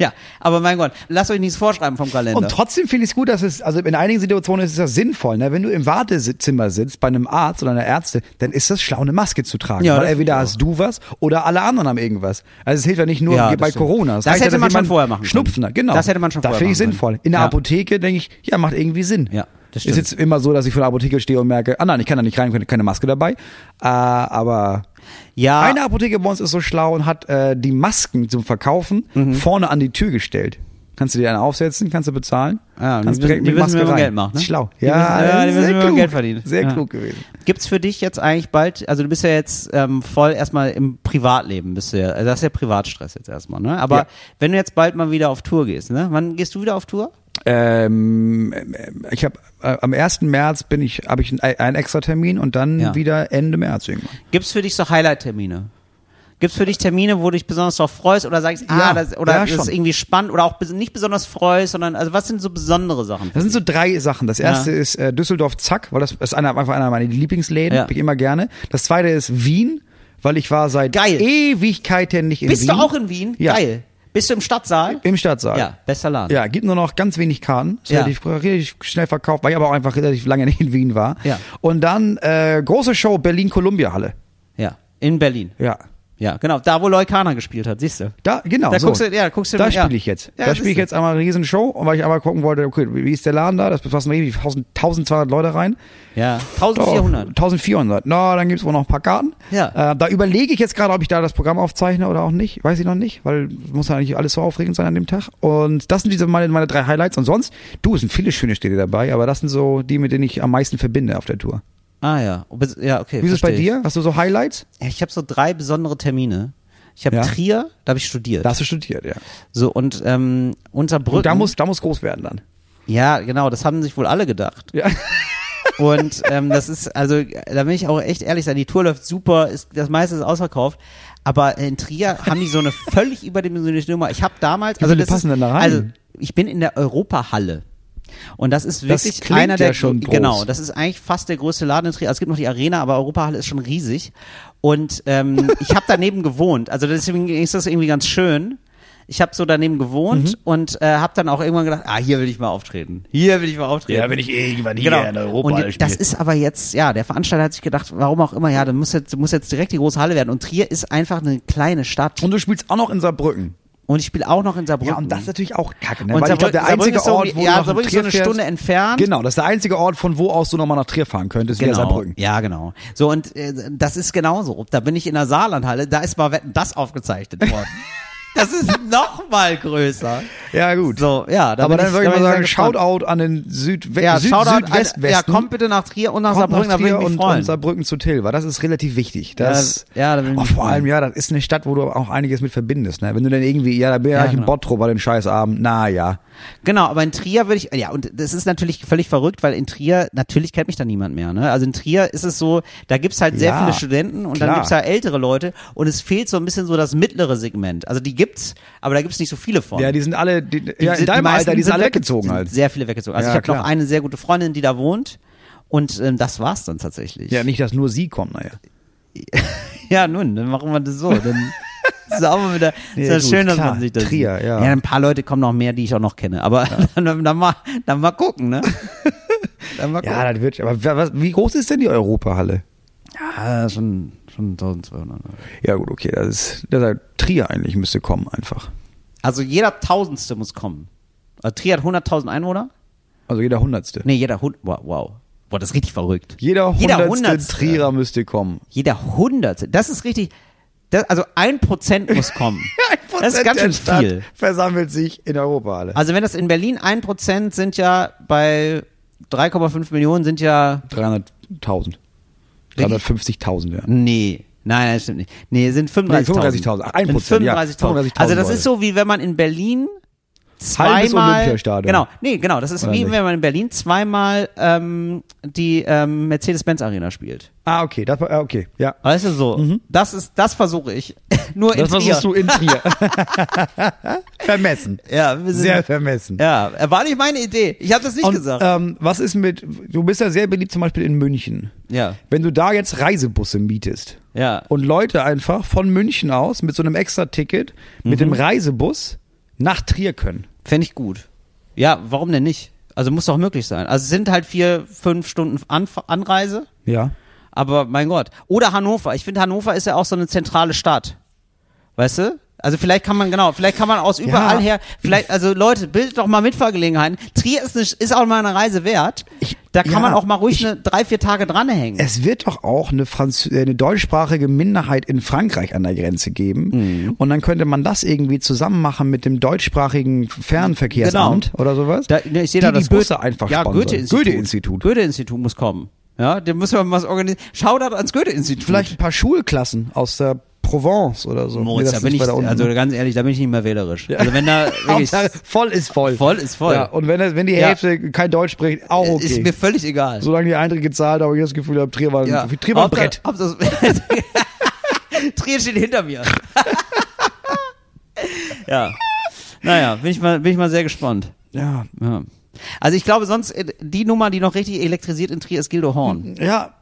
Ja, aber mein Gott, lasst euch nichts vorschreiben vom Kalender. Und trotzdem finde ich es gut, dass es, also in einigen Situationen ist es ja sinnvoll, ne? wenn du im Wartezimmer sitzt bei einem Arzt oder einer Ärzte, dann ist das schlau, eine Maske zu tragen. Ja, weil das entweder finde ich hast du was oder alle anderen haben irgendwas. Also es hilft ja nicht nur Ja, das bei stimmt. Corona. Es Das hätte reicht ja, dass man schon jemand vorher machen können. Schnupfen, hat, genau. Das hätte man schon Da vorher finde ich machen sinnvoll. können. In der Ja. Apotheke denke ich, ja, macht irgendwie Sinn. Ja, das Ist stimmt. jetzt immer so, dass ich vor der Apotheke stehe und merke, ah nein, ich kann da nicht rein, keine Maske dabei. Äh, aber ja, eine Apotheke bei uns ist so schlau und hat äh, die Masken zum Verkaufen vorne an die Tür gestellt. Kannst du dir eine aufsetzen, kannst du bezahlen? Ja, und kannst die wissen- die wissen, wie man Geld macht, ne? Schlau. Die wissen- ja, die sehr wissen, wie man klug. Geld verdient. Sehr Ja. klug gewesen. Gibt's für dich jetzt eigentlich bald, also du bist ja jetzt ähm, voll erstmal im Privatleben bist du ja, also das ist ja Privatstress jetzt erstmal, ne? Aber Ja. wenn du jetzt bald mal wieder auf Tour gehst, ne? Wann gehst du wieder auf Tour? Ähm, ähm, ich habe äh, am 1. März bin ich habe ich einen, einen extra Termin und dann Ja. wieder Ende März irgendwann. Gibt's für dich so Highlight-Termine? Gibt's für dich Termine, wo du dich besonders drauf freust oder sagst, ah, Ja, das, oder ja, das ist schon. irgendwie spannend oder auch bes- nicht besonders freust, sondern, also was sind so besondere Sachen? Das sind so drei Sachen. Das erste ist äh, Düsseldorf Zack, weil das ist einer, einfach einer meiner Lieblingsläden, Ja. hab ich immer gerne. Das zweite ist Wien, weil ich war seit Geil. Ewigkeiten nicht in Bist Wien. du auch in Wien? Ja. Geil. Bist du im Stadtsaal? im Stadtsaal. Ja, bester Laden. Ja, gibt nur noch ganz wenig Karten. Ist Ja. relativ, relativ schnell verkauft, weil ich aber auch einfach relativ lange nicht in Wien war. Ja. Und dann äh, große Show Berlin-Columbia-Halle. ja. In Berlin. Ja. Ja, genau. Da, wo Leukana gespielt hat, siehst du. Da, genau. Da so. guckst du- ja, guckst du- da ja. spiele ich jetzt. Ja, da das spiele ich ist- jetzt einmal eine riesen Show, und weil ich einmal gucken wollte, okay, wie ist der Laden da? Das befassen richtig 1000 1200 Leute rein. Ja. Doch, 1400. 1400. Na, dann gibt's wohl noch ein paar Karten. Ja. Äh, da überlege ich jetzt gerade, ob ich da das Programm aufzeichne oder auch nicht. Weiß ich noch nicht, weil muss ja eigentlich alles so aufregend sein an dem Tag. Und das sind diese meine, meine drei Highlights. Und sonst, du, es sind viele schöne Städte dabei, aber das sind so die, mit denen ich am meisten verbinde auf der Tour. Ah ja, Bis- ja okay. Wie ist es bei verstehe dir? Hast du so Highlights? Ich, Ja, ich habe so drei besondere Termine. Ich habe Ja. Trier, da habe ich studiert. Da hast du studiert, ja. so und ähm, Unterbrücken. Und da muss, da muss groß werden dann. ja, genau, das haben sich wohl alle gedacht. Ja. Und ähm, das ist also, da will ich auch echt ehrlich sein. Die Tour läuft super, ist das meiste ist ausverkauft. Aber in Trier haben die so eine völlig überdimensionierte Nummer. Ich habe damals, Wie also viele das passen ist, denn da rein? also ich bin in der Europahalle. Und das ist Das wirklich klingt einer der ja schon groß. genau, das ist eigentlich fast der größte Laden in Trier. Also es gibt noch die Arena, aber Europahalle ist schon riesig. Und ähm, ich habe daneben gewohnt. Also deswegen ist das irgendwie ganz schön. Ich habe so daneben gewohnt Mhm. und äh, habe dann auch irgendwann gedacht, ah, hier will ich mal auftreten. Hier will ich mal auftreten. wenn ich irgendwann Genau. Und das ist aber jetzt, ja, der Veranstalter hat sich gedacht, warum auch immer, ja, dann muss jetzt, muss jetzt direkt die große Halle werden. Und Trier ist einfach eine kleine Stadt. Und du spielst auch noch in Saarbrücken. Und ich spiele auch noch in Saarbrücken. Ja, und das ist natürlich auch kacke, ne? Und Weil ich glaube, der Saarbrücken- einzige Saarbrücken Ort, ist so- wo ja, du nach Saarbrücken dem ist so eine fährst, Stunde entfernt. Genau, das ist der einzige Ort, von wo aus du nochmal nach Trier fahren könntest, wäre Saarbrücken. Ja, genau. So, und äh, das ist genauso. Da bin ich in der Saarlandhalle, da ist mal Wetten, das aufgezeichnet worden. das ist noch mal größer. Ja, gut. So, ja. da Aber bin dann würde ich mal da bin sagen, sehr gespannt. Shoutout an den Südwe ja, Süd Shoutout an- Südwestwesten. Ja, kommt bitte nach Trier und nach halt- Kommt Saarbrücken, nach da würde Trier ich mich und, freuen. und Saarbrücken zu Till, weil das ist relativ wichtig. Das, Ja, ja, da bin ich oh, mich vor freuen. allem, ja, das ist eine Stadt, wo du auch einiges mit verbindest. Ne? Wenn du dann irgendwie, ja, da bin ja, ich in genau. Bottrop bei dem Scheißabend, na ja. Genau, aber in Trier würde ich, ja, und das ist natürlich völlig verrückt, weil in Trier, natürlich kennt mich da niemand mehr, ne? Also in Trier ist es so, da gibt's halt sehr Ja, viele Studenten und klar. dann gibt's da ältere Leute und es fehlt so ein bisschen so das mittlere Segment. Also die gibt's, aber da gibt's nicht so viele von. Ja, die sind alle, die, ja, in sind- deinem meisten Alter, die sind alle weg- weggezogen sind halt. Sehr viele weggezogen. Also Ja, ich habe klar. noch eine sehr gute Freundin, die da wohnt und ähm, das war's dann tatsächlich. Ja, nicht, dass nur sie kommen, naja. Ja, nun, dann machen wir das so. Dann ist ja auch mal wieder Nee, ist ja gut, schön, dass klar. man sich das. Trier, sieht. ja. ja, ein paar Leute kommen noch mehr, die ich auch noch kenne. Aber dann, dann, mal, dann mal gucken, ne? Dann mal Ja, das wird, aber wer- was, wie groß ist denn die Europahalle? Ja, schon, schon 1200. Ja, gut, okay, das ist, das ist halt Trier eigentlich müsste kommen einfach. Also jeder Tausendste muss kommen. Also Trier hat 100.000 Einwohner? Also jeder Hundertste. Nee, jeder Hund. Wow, wow. Boah, das ist richtig verrückt. Jeder Jeder Hundertste, Hundertste. Trierer müsste kommen. Jeder Hundertste. Das ist richtig. Das, also ein Prozent muss kommen. das ist ganz der schön Stadt viel. versammelt sich in Europahalle. Also wenn das in Berlin 1% sind ja bei 3,5 Millionen sind ja 300.000. 350.000, ja. nee. Nein, das stimmt nicht. Nee, sind 35.000. Nee, 35.000. Ach, 1%, Sind ja. 35.000. 35.000 Also das Leute. ist so wie wenn man in Berlin Halbes zweimal Olympiastadion. Genau. Nee, genau, das ist Oder wie nicht? wenn man in Berlin zweimal ähm, die ähm, Mercedes-Benz Arena spielt. Ah, okay, das war, ah, okay, ja. Weißt du so, das ist das versuche ich nur in Mhm. Das Trier. versuchst du in Trier. vermessen. Ja, wir sind, Sehr vermessen. ja, äh, war nicht meine Idee. Ich habe das nicht gesagt. Ähm, was ist mit, du bist ja sehr beliebt zum Beispiel in München. ja. Wenn du da jetzt Reisebusse mietest Ja. und Leute einfach von München aus mit so einem Extra-Ticket mit Mhm. dem Reisebus nach Trier können. Fände ich gut. Ja, warum denn nicht? Also muss doch möglich sein. Also es sind halt vier, fünf Stunden Anf Anreise, Ja. aber mein Gott. Oder Hannover. Ich finde, Hannover ist ja auch so eine zentrale Stadt. Weißt du? Also vielleicht kann man, genau, vielleicht kann man aus überall Ja. her, vielleicht, also Leute, bildet doch mal Mitfahrgelegenheiten. Trier ist, eine, ist auch mal eine Reise wert. da kann ja, man auch mal ruhig ich- eine, drei, vier Tage dranhängen. Es wird doch auch eine, Franz äh, eine deutschsprachige Minderheit in Frankreich an der Grenze geben. Mhm. Und dann könnte man das irgendwie zusammen machen mit dem deutschsprachigen Fernverkehrsamt oder sowas. Da, ne, ich sehe die da das die Busse Goethe- einfach ja, sponsern. Goethe-Institut. Goethe-Institut. Goethe-Institut muss kommen. Ja, dem müssen wir mal was organisieren. Shoutout ans Goethe-Institut. Vielleicht ein paar Schulklassen aus der Provence oder so. Moritz, Nee, da das bin ist ich, bei da unten. also ganz ehrlich, da bin ich nicht mehr wählerisch. Also wenn da wirklich, Hauptsache, voll ist voll. Voll ist voll. Ja, und wenn, das- wenn die Ja. Äh, Hälfte kein Deutsch spricht, auch okay. ist mir völlig egal. Solange die Einträge gezahlt, habe ich das Gefühl, habe Trier war ein, Trier war ein Hauptsache- Brett. Hauptsache- Trier steht hinter mir. ja. Naja, bin ich mal, bin ich mal sehr gespannt. Ja. Ja. Also ich glaube sonst, äh, die Nummer, die noch richtig elektrisiert in Trier ist Gildo Horn. Ja.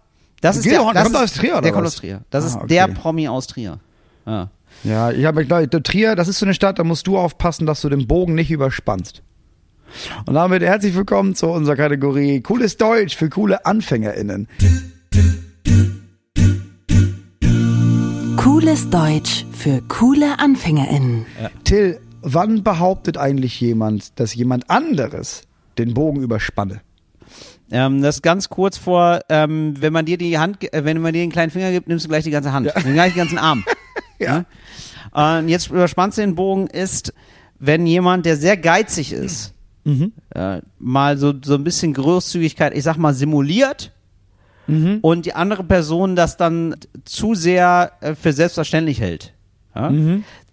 Das ist Gildo der, Horn, das kommt ist, aus Trier, oder Der kommt was? aus Trier. Das Ah, ist okay. der Promi aus Trier. Ja. Ja, ich habe gleich, Trier, das ist so eine Stadt, da musst du aufpassen, dass du den Bogen nicht überspannst. Und damit herzlich willkommen zu unserer Kategorie Cooles Deutsch für coole AnfängerInnen. Cooles Deutsch für coole AnfängerInnen. Till, wann behauptet eigentlich jemand, dass jemand anderes den Bogen überspanne? Ähm, das ist ganz kurz vor, ähm, wenn man dir die Hand, ge- äh, wenn man dir den kleinen Finger gibt, nimmst du gleich die ganze Hand, den gleich den ganzen Arm. Ja. Ja? Und jetzt überspannst du den Bogen ist, wenn jemand, der sehr geizig ist, äh, mal so, so ein bisschen Großzügigkeit, ich sag mal, simuliert und die andere Person das dann zu sehr äh, für selbstverständlich hält. Ja?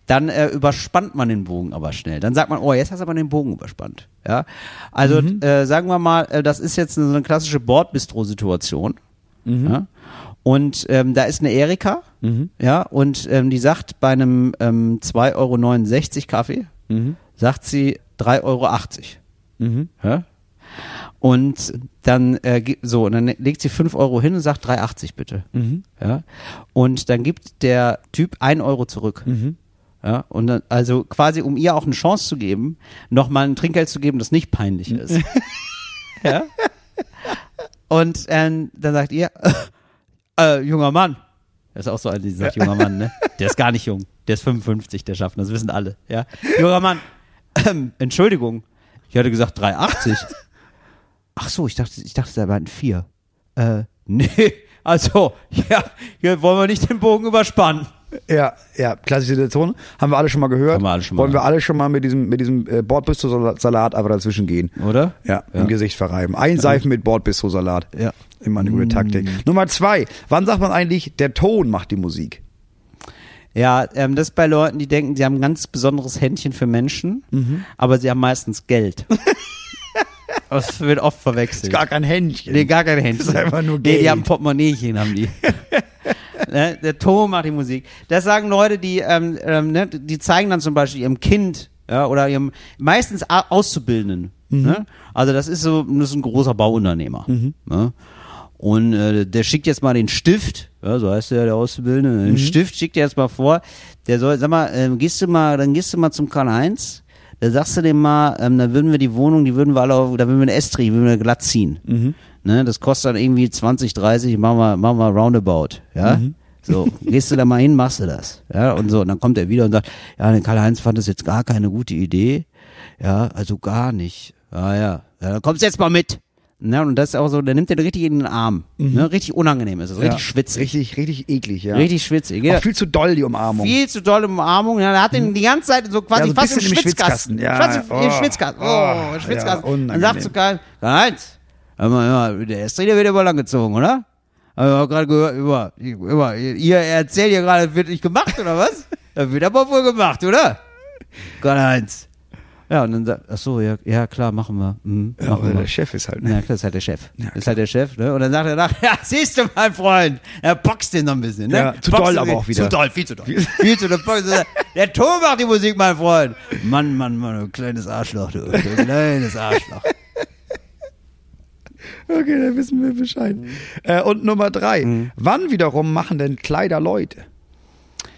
Dann äh, überspannt man den Bogen aber schnell. Dann sagt man, oh, jetzt hast du aber den Bogen überspannt. Ja? Also äh, sagen wir mal, äh, das ist jetzt so eine klassische Bordbistro-Situation. Ja? Und ähm, da ist eine Erika, ja, und ähm, die sagt bei einem ähm, 2,69 Euro Kaffee, sagt sie 3,80 Euro. Ja? Und dann äh, gi- so, und dann legt sie 5 Euro hin und sagt 3,80 bitte. Ja? Und dann gibt der Typ 1 Euro zurück. Ja? Und dann, also quasi, um ihr auch eine Chance zu geben, nochmal ein Trinkgeld zu geben, das nicht peinlich ist. ja? Und ähm, dann sagt ihr, äh, junger Mann. Das ist auch so ein, die sagt, junger Mann, ne? Der ist gar nicht jung. Der ist 55, der Schaffner, das wissen alle, ja? Junger Mann, ähm, Entschuldigung. Ich hatte gesagt 380. Ach so, ich dachte, ich dachte, da waren vier. Äh, nee. Also, ja, hier wollen wir nicht den Bogen überspannen. Ja, ja, klassische Situation. Haben wir alle schon mal gehört. Haben wir alle schon mal Wollen wir gehört. alle schon mal mit diesem, mit diesem äh, Bordbistro-Salat einfach dazwischen gehen. Oder? Ja, im Gesicht verreiben. Einseifen mit Bordbistro-Salat. Ja. Mm. Immer eine gute Taktik. Nummer zwei. Wann sagt man eigentlich, der Ton macht die Musik? Ja, ähm, das ist bei Leuten, die denken, sie haben ein ganz besonderes Händchen für Menschen, Mhm. aber sie haben meistens Geld. das wird oft verwechselt. Gar kein Händchen. Nee, gar kein Händchen. Das ist einfach nur Nee, Geld. die haben ein Portemonnaiechen, haben die. ne? Der Ton macht die Musik. Das sagen Leute, die, ähm, ähm, ne? die zeigen dann zum Beispiel ihrem Kind ja, oder ihrem meistens A- Auszubildenden. Mhm. Ne? Also das ist so das ist ein großer Bauunternehmer. Ne? Und äh, der schickt jetzt mal den Stift, ja, so heißt der, der Auszubildende, Mhm. den Stift schickt er jetzt mal vor, der soll, sag mal, ähm, gehst du mal, dann gehst du mal zum Karl-Heinz, da sagst du dem mal, ähm, da würden wir die Wohnung, die würden wir alle, auf, da würden wir eine Estrich, würden wir glatt ziehen. Mhm. Ne, das kostet dann irgendwie 20, 30, machen wir, machen wir roundabout, ja. Mhm. So, gehst du da mal hin, machst du das. Ja, und so, und dann kommt er wieder und sagt, ja, der Karl-Heinz fand das jetzt gar keine gute Idee. Ja, also gar nicht. Ah ja, ja dann kommst du jetzt mal mit. Ne, und das ist auch so, der nimmt den richtig in den Arm. Ne, richtig unangenehm ist es, richtig schwitzig. Richtig, richtig eklig, Mhm. ja. Richtig schwitzig. Auch Ja. viel zu doll, die Umarmung. Hm? Viel zu dolle Umarmung. Ja, er hat ihn die ganze Zeit so quasi Ja, so ein fast im bisschen im Schwitzkasten. Schwitzkasten, ja. Fast im Oh. Schwitzkasten. Oh, Oh, im Schwitzkasten. ja, Und dann sagt unangenehm. sogar, Karl-Heinz, hör mal, hör mal, der Estrid der wird über lang gezogen, oder? Hab ich auch gerade gehört, über, über, ihr erzählt ja gerade, das wird nicht gemacht, oder was? Das wird aber wohl gemacht, oder? Karl-Heinz. Ja, und dann sagt, ach so, ja, ja klar, machen wir. Mhm, Ja, machen aber wir. der Chef ist halt, Na ne? klar, das ist halt der Chef. Ja, das ist halt der Chef, ne? Und dann sagt er nach, ja, siehst du, mein Freund, er boxt den noch ein bisschen, ne? Ja, zu Boxt doll den- aber auch wieder. Zu doll, viel zu doll. viel zu doll. Boxt den- Der Ton macht die Musik, mein Freund. Mann, Mann, Mann, du kleines Arschloch, du. du kleines Arschloch. Okay, dann wissen wir Bescheid. Mm. Äh, und Nummer drei. Wann wiederum machen denn Kleider Leute?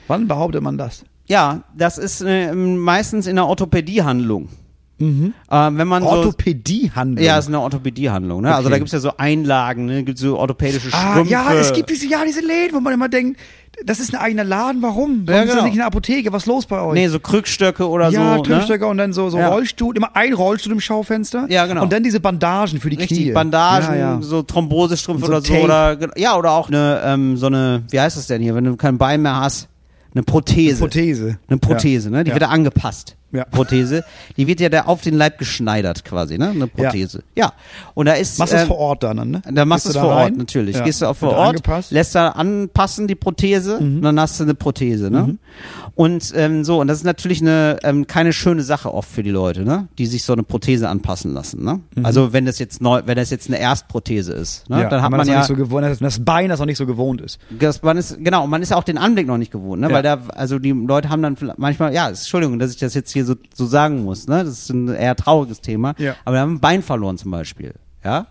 Wann behauptet man das? Ja, das ist äh, meistens in der Orthopädiehandlung. Mhm. Ähm, wenn man so, Orthopädiehandel. ja, ist eine Orthopädiehandlung, ne? Also Okay. da gibt's ja so Einlagen, ne? Gibt's so orthopädische Ah, Strümpfe. ja, es gibt diese, ja, diese Läden, wo man immer denkt, das ist ein eigener Laden, warum? Warum Ja, ist das genau. nicht eine Apotheke? Was ist los bei euch? Nee, so Krückstöcke oder ja, so. ne? Türstöcker und dann so, so Ja. Rollstuhl, immer ein Rollstuhl im Schaufenster. Ja, genau. Und dann diese Bandagen für die Knie. richtig Bandagen, Ja, ja. so Thrombosestrümpfe Und so oder so Tape. oder ge- ja oder auch eine ähm, so eine wie heißt das denn hier, wenn du kein Bein mehr hast, eine Prothese. Prothese. Eine Prothese, Ja. ne? Die ja. wird ja angepasst. Ja. Prothese, die wird ja da auf den Leib geschneidert quasi, ne? Eine Ja. Prothese. Ja. Und da ist Machst du es ähm, vor Ort dann, ne? da machst du Gehst es da vor rein? Ort, natürlich. Ja. Gehst du auch vor Wird Ort, Angepasst. Mhm. lässt da anpassen die Prothese und dann hast du eine Prothese, ne? Und ähm, so, und das ist natürlich eine ähm, keine schöne Sache oft für die Leute, ne? Die sich so eine Prothese anpassen lassen, ne? Also wenn das jetzt neu, wenn das jetzt eine Erstprothese ist, ne? Mhm. Ja, dann hat wenn man das noch ja nicht so gewohnt, dass das Bein das noch nicht so gewohnt ist. das, man ist, genau, und man ist ja auch den Anblick noch nicht gewohnt, ne? Ja. Weil da, also die Leute haben dann vielleicht manchmal, ja, es- Entschuldigung, dass ich das jetzt hier so, so sagen muss, ne? Das ist ein eher trauriges Thema. Ja. Aber wir haben ein Bein verloren zum Beispiel. Ja?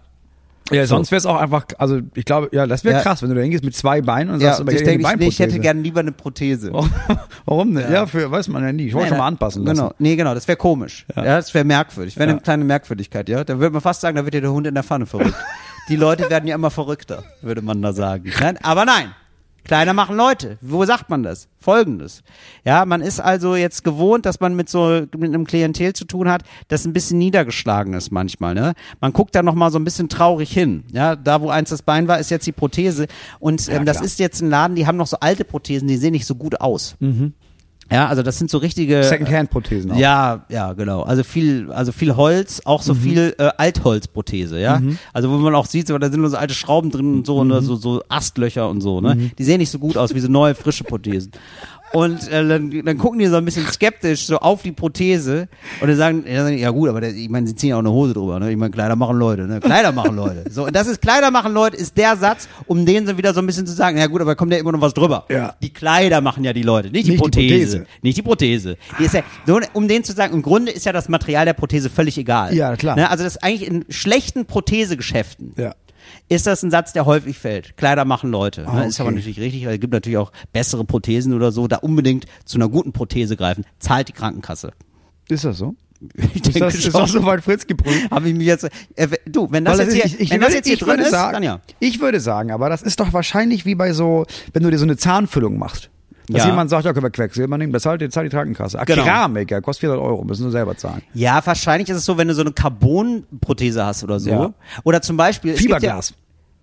Ja, sonst wäre es auch einfach, also ich glaube, ja, das wäre Ja. krass, wenn du da hingehst mit zwei Beinen und Ja, sagst, aber ich hier denke, ich, eine nee, ich hätte Beinprothese. Oh. gerne lieber eine Prothese. Warum denn? Ja, für, weiß man ja nie. Ich wollte Nee, schon mal da- anpassen lassen. Genau, nee, genau, das wäre komisch. Ja, das wäre merkwürdig. Wäre eine kleine Merkwürdigkeit, ja. Da würde man fast sagen, da wird ja der Hund in der Pfanne verrückt. Die Leute werden ja immer verrückter, würde man da sagen. Nein, aber nein. Kleiner machen Leute. Wo sagt man das? Folgendes. Ja, man ist also jetzt gewohnt, dass man mit so mit einem Klientel zu tun hat, das ein bisschen niedergeschlagen ist manchmal. Ne? Man guckt da noch mal so ein bisschen traurig hin. Ja, da wo einst das Bein war, ist jetzt die Prothese. Und ähm, das klar. ist jetzt ein Laden, die haben noch so alte Prothesen, die sehen nicht so gut aus. Hm. Ja, also das sind so richtige äh, Secondhand-Prothesen auch. ja, ja, genau. Also viel, also viel Holz, auch Mhm. so viel äh, Altholzprothese, ja. Also wo man auch sieht, so, da sind nur so alte Schrauben drin und so, Mhm. ne, so, so Astlöcher und so, ne? Die sehen nicht so gut aus wie so neue, frische Prothesen. Und äh, dann, dann gucken die so ein bisschen skeptisch so auf die Prothese und dann sagen, ja, sagen die, ja gut, aber der, ich meine, sie ziehen ja auch eine Hose drüber, ne? Ich meine, Kleider machen Leute, ne? Kleider machen Leute. So, und das ist Kleider machen Leute, ist der Satz, um den so wieder so ein bisschen zu sagen, ja gut, aber kommt ja immer noch was drüber. Ja. Die Kleider machen ja die Leute, nicht die Nicht die Prothese. Prothese. Nicht die Prothese. Die ist ja, so, um den zu sagen, im Grunde ist ja das Material der Prothese völlig egal. Ja, klar. Ne, also das ist eigentlich in schlechten Prothesegeschäften Ja. ist das ein Satz, der häufig fällt. Kleider machen Leute. Ah, ne? Ist okay. aber natürlich richtig, weil es gibt natürlich auch bessere Prothesen oder so. Da unbedingt zu einer guten Prothese greifen, zahlt die Krankenkasse. Ist das so? Ich Ist das, ist das soweit Fritz geprüft? Habe ich mir jetzt. Äh, du, wenn das Weil jetzt ist- hier, ich, ich, wenn würde, das jetzt hier ich drin würde ist, sagen, dann ja. Ich würde sagen, aber das ist doch wahrscheinlich wie bei so, wenn du dir so eine Zahnfüllung machst. Dass Ja. jemand sagt, ja, können wir Quecksilber nehmen, das zahlt die, zahlt die Krankenkasse. Ah, Genau. Keramik, ja, kostet 400 Euro, müssen nur selber zahlen. Ja, wahrscheinlich ist es so, wenn du so eine Carbon-Prothese hast oder so. Ja. Oder zum Beispiel. es gibt Fiberglas. Ja,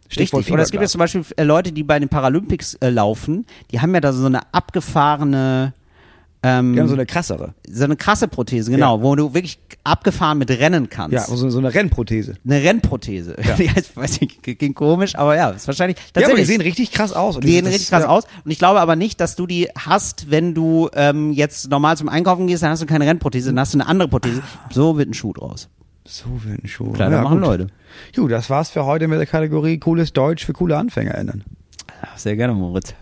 Stichwort Richtig. Oder es gibt jetzt Fiberglas. zum Beispiel äh, Leute, die bei den Paralympics äh, laufen, die haben ja da so eine abgefahrene, ähm, Die haben so eine krassere. so eine krasse Prothese, genau, wo du wirklich abgefahren mit rennen kannst. Ja, also- so, so eine Rennprothese. eine Rennprothese. Ja. ich weiß nicht, ging komisch, aber ja, ist wahrscheinlich. Ja, aber die tatsächlich- sehen richtig krass aus. Und die sehen das- richtig krass ja. aus. Und ich glaube aber nicht, dass du die hast, wenn du ähm, jetzt normal zum Einkaufen gehst, dann hast du keine Rennprothese, dann hast du eine andere Prothese. So wird ein Schuh draus. So werden schon. Kleider machen Leute. Ju, das war's für heute mit der Kategorie cooles Deutsch für coole AnfängerInnen. Sehr gerne, Moritz.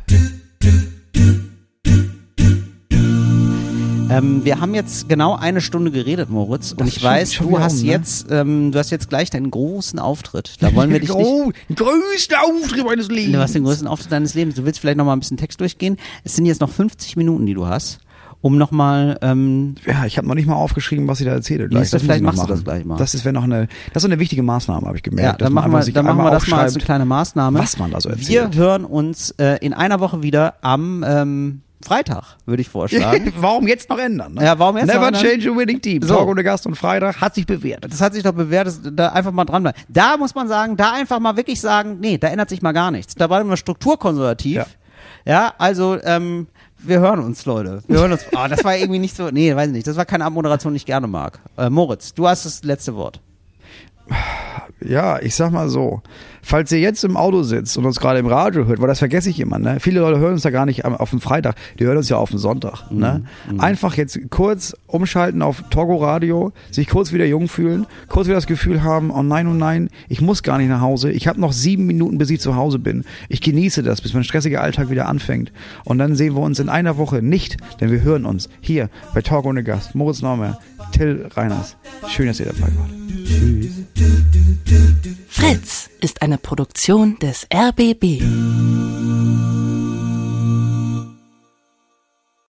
Ähm, wir haben jetzt genau eine Stunde geredet, Moritz. Und Das ich ist schon- weiß, schon du wieder hast um, ne? jetzt, ähm, du hast jetzt gleich deinen großen Auftritt. Da wollen wir dich nicht, Gro- größter Auftritt meines Lebens. Du hast den größten Auftritt deines Lebens. Du willst vielleicht noch mal ein bisschen Text durchgehen. Es sind jetzt noch 50 Minuten, die du hast, um noch mal. Ähm, Ja, ich habe noch nicht mal aufgeschrieben, was ich da erzähle. Siehst du, muss ich vielleicht noch machst du machen. das gleich mal. Das ist, wenn noch eine, das ist so eine wichtige Maßnahme, habe ich gemerkt. ja, dass dann machen man einfach wir, sich dann machen wir einmal das mal als eine aufschreibt. kleine Maßnahme. was man da so wir erzählt. hören uns äh, in einer Woche wieder am ähm, Freitag, würde ich vorschlagen. warum jetzt noch ändern? Ne? Ja, warum jetzt Never noch ändern? change a winning team. So. Talk ohne Gast und Freitag hat sich bewährt. Das hat sich doch bewährt, dass- da einfach mal dran bleiben. Da muss man sagen, da einfach mal wirklich sagen, nee, da ändert sich mal gar nichts. Da waren wir strukturkonservativ. Ja, Ja. also ähm, wir hören uns, Leute. Wir hören uns. Ah, das war irgendwie nicht so, nee, weiß ich nicht. Das war keine Abmoderation, die ich gerne mag. Äh, Moritz, du hast das letzte Wort. Ja, ich sag mal so. Falls ihr jetzt im Auto sitzt und uns gerade im Radio hört, weil das vergesse ich immer, ne? Viele Leute hören uns ja gar nicht am- auf dem Freitag, die hören uns ja auf dem Sonntag, ne? Einfach jetzt kurz umschalten auf Togo Radio, sich kurz wieder jung fühlen, kurz wieder das Gefühl haben, oh nein, oh nein, ich muss gar nicht nach Hause, ich habe noch sieben Minuten, bis ich zu Hause bin. Ich genieße das, bis mein stressiger Alltag wieder anfängt. Und dann sehen wir uns in einer Woche nicht, denn wir hören uns hier bei Talk ohne Gast. Moritz Normer, Till Reiners. Schön, dass ihr dabei wart. Fritz ist eine Produktion des RBB.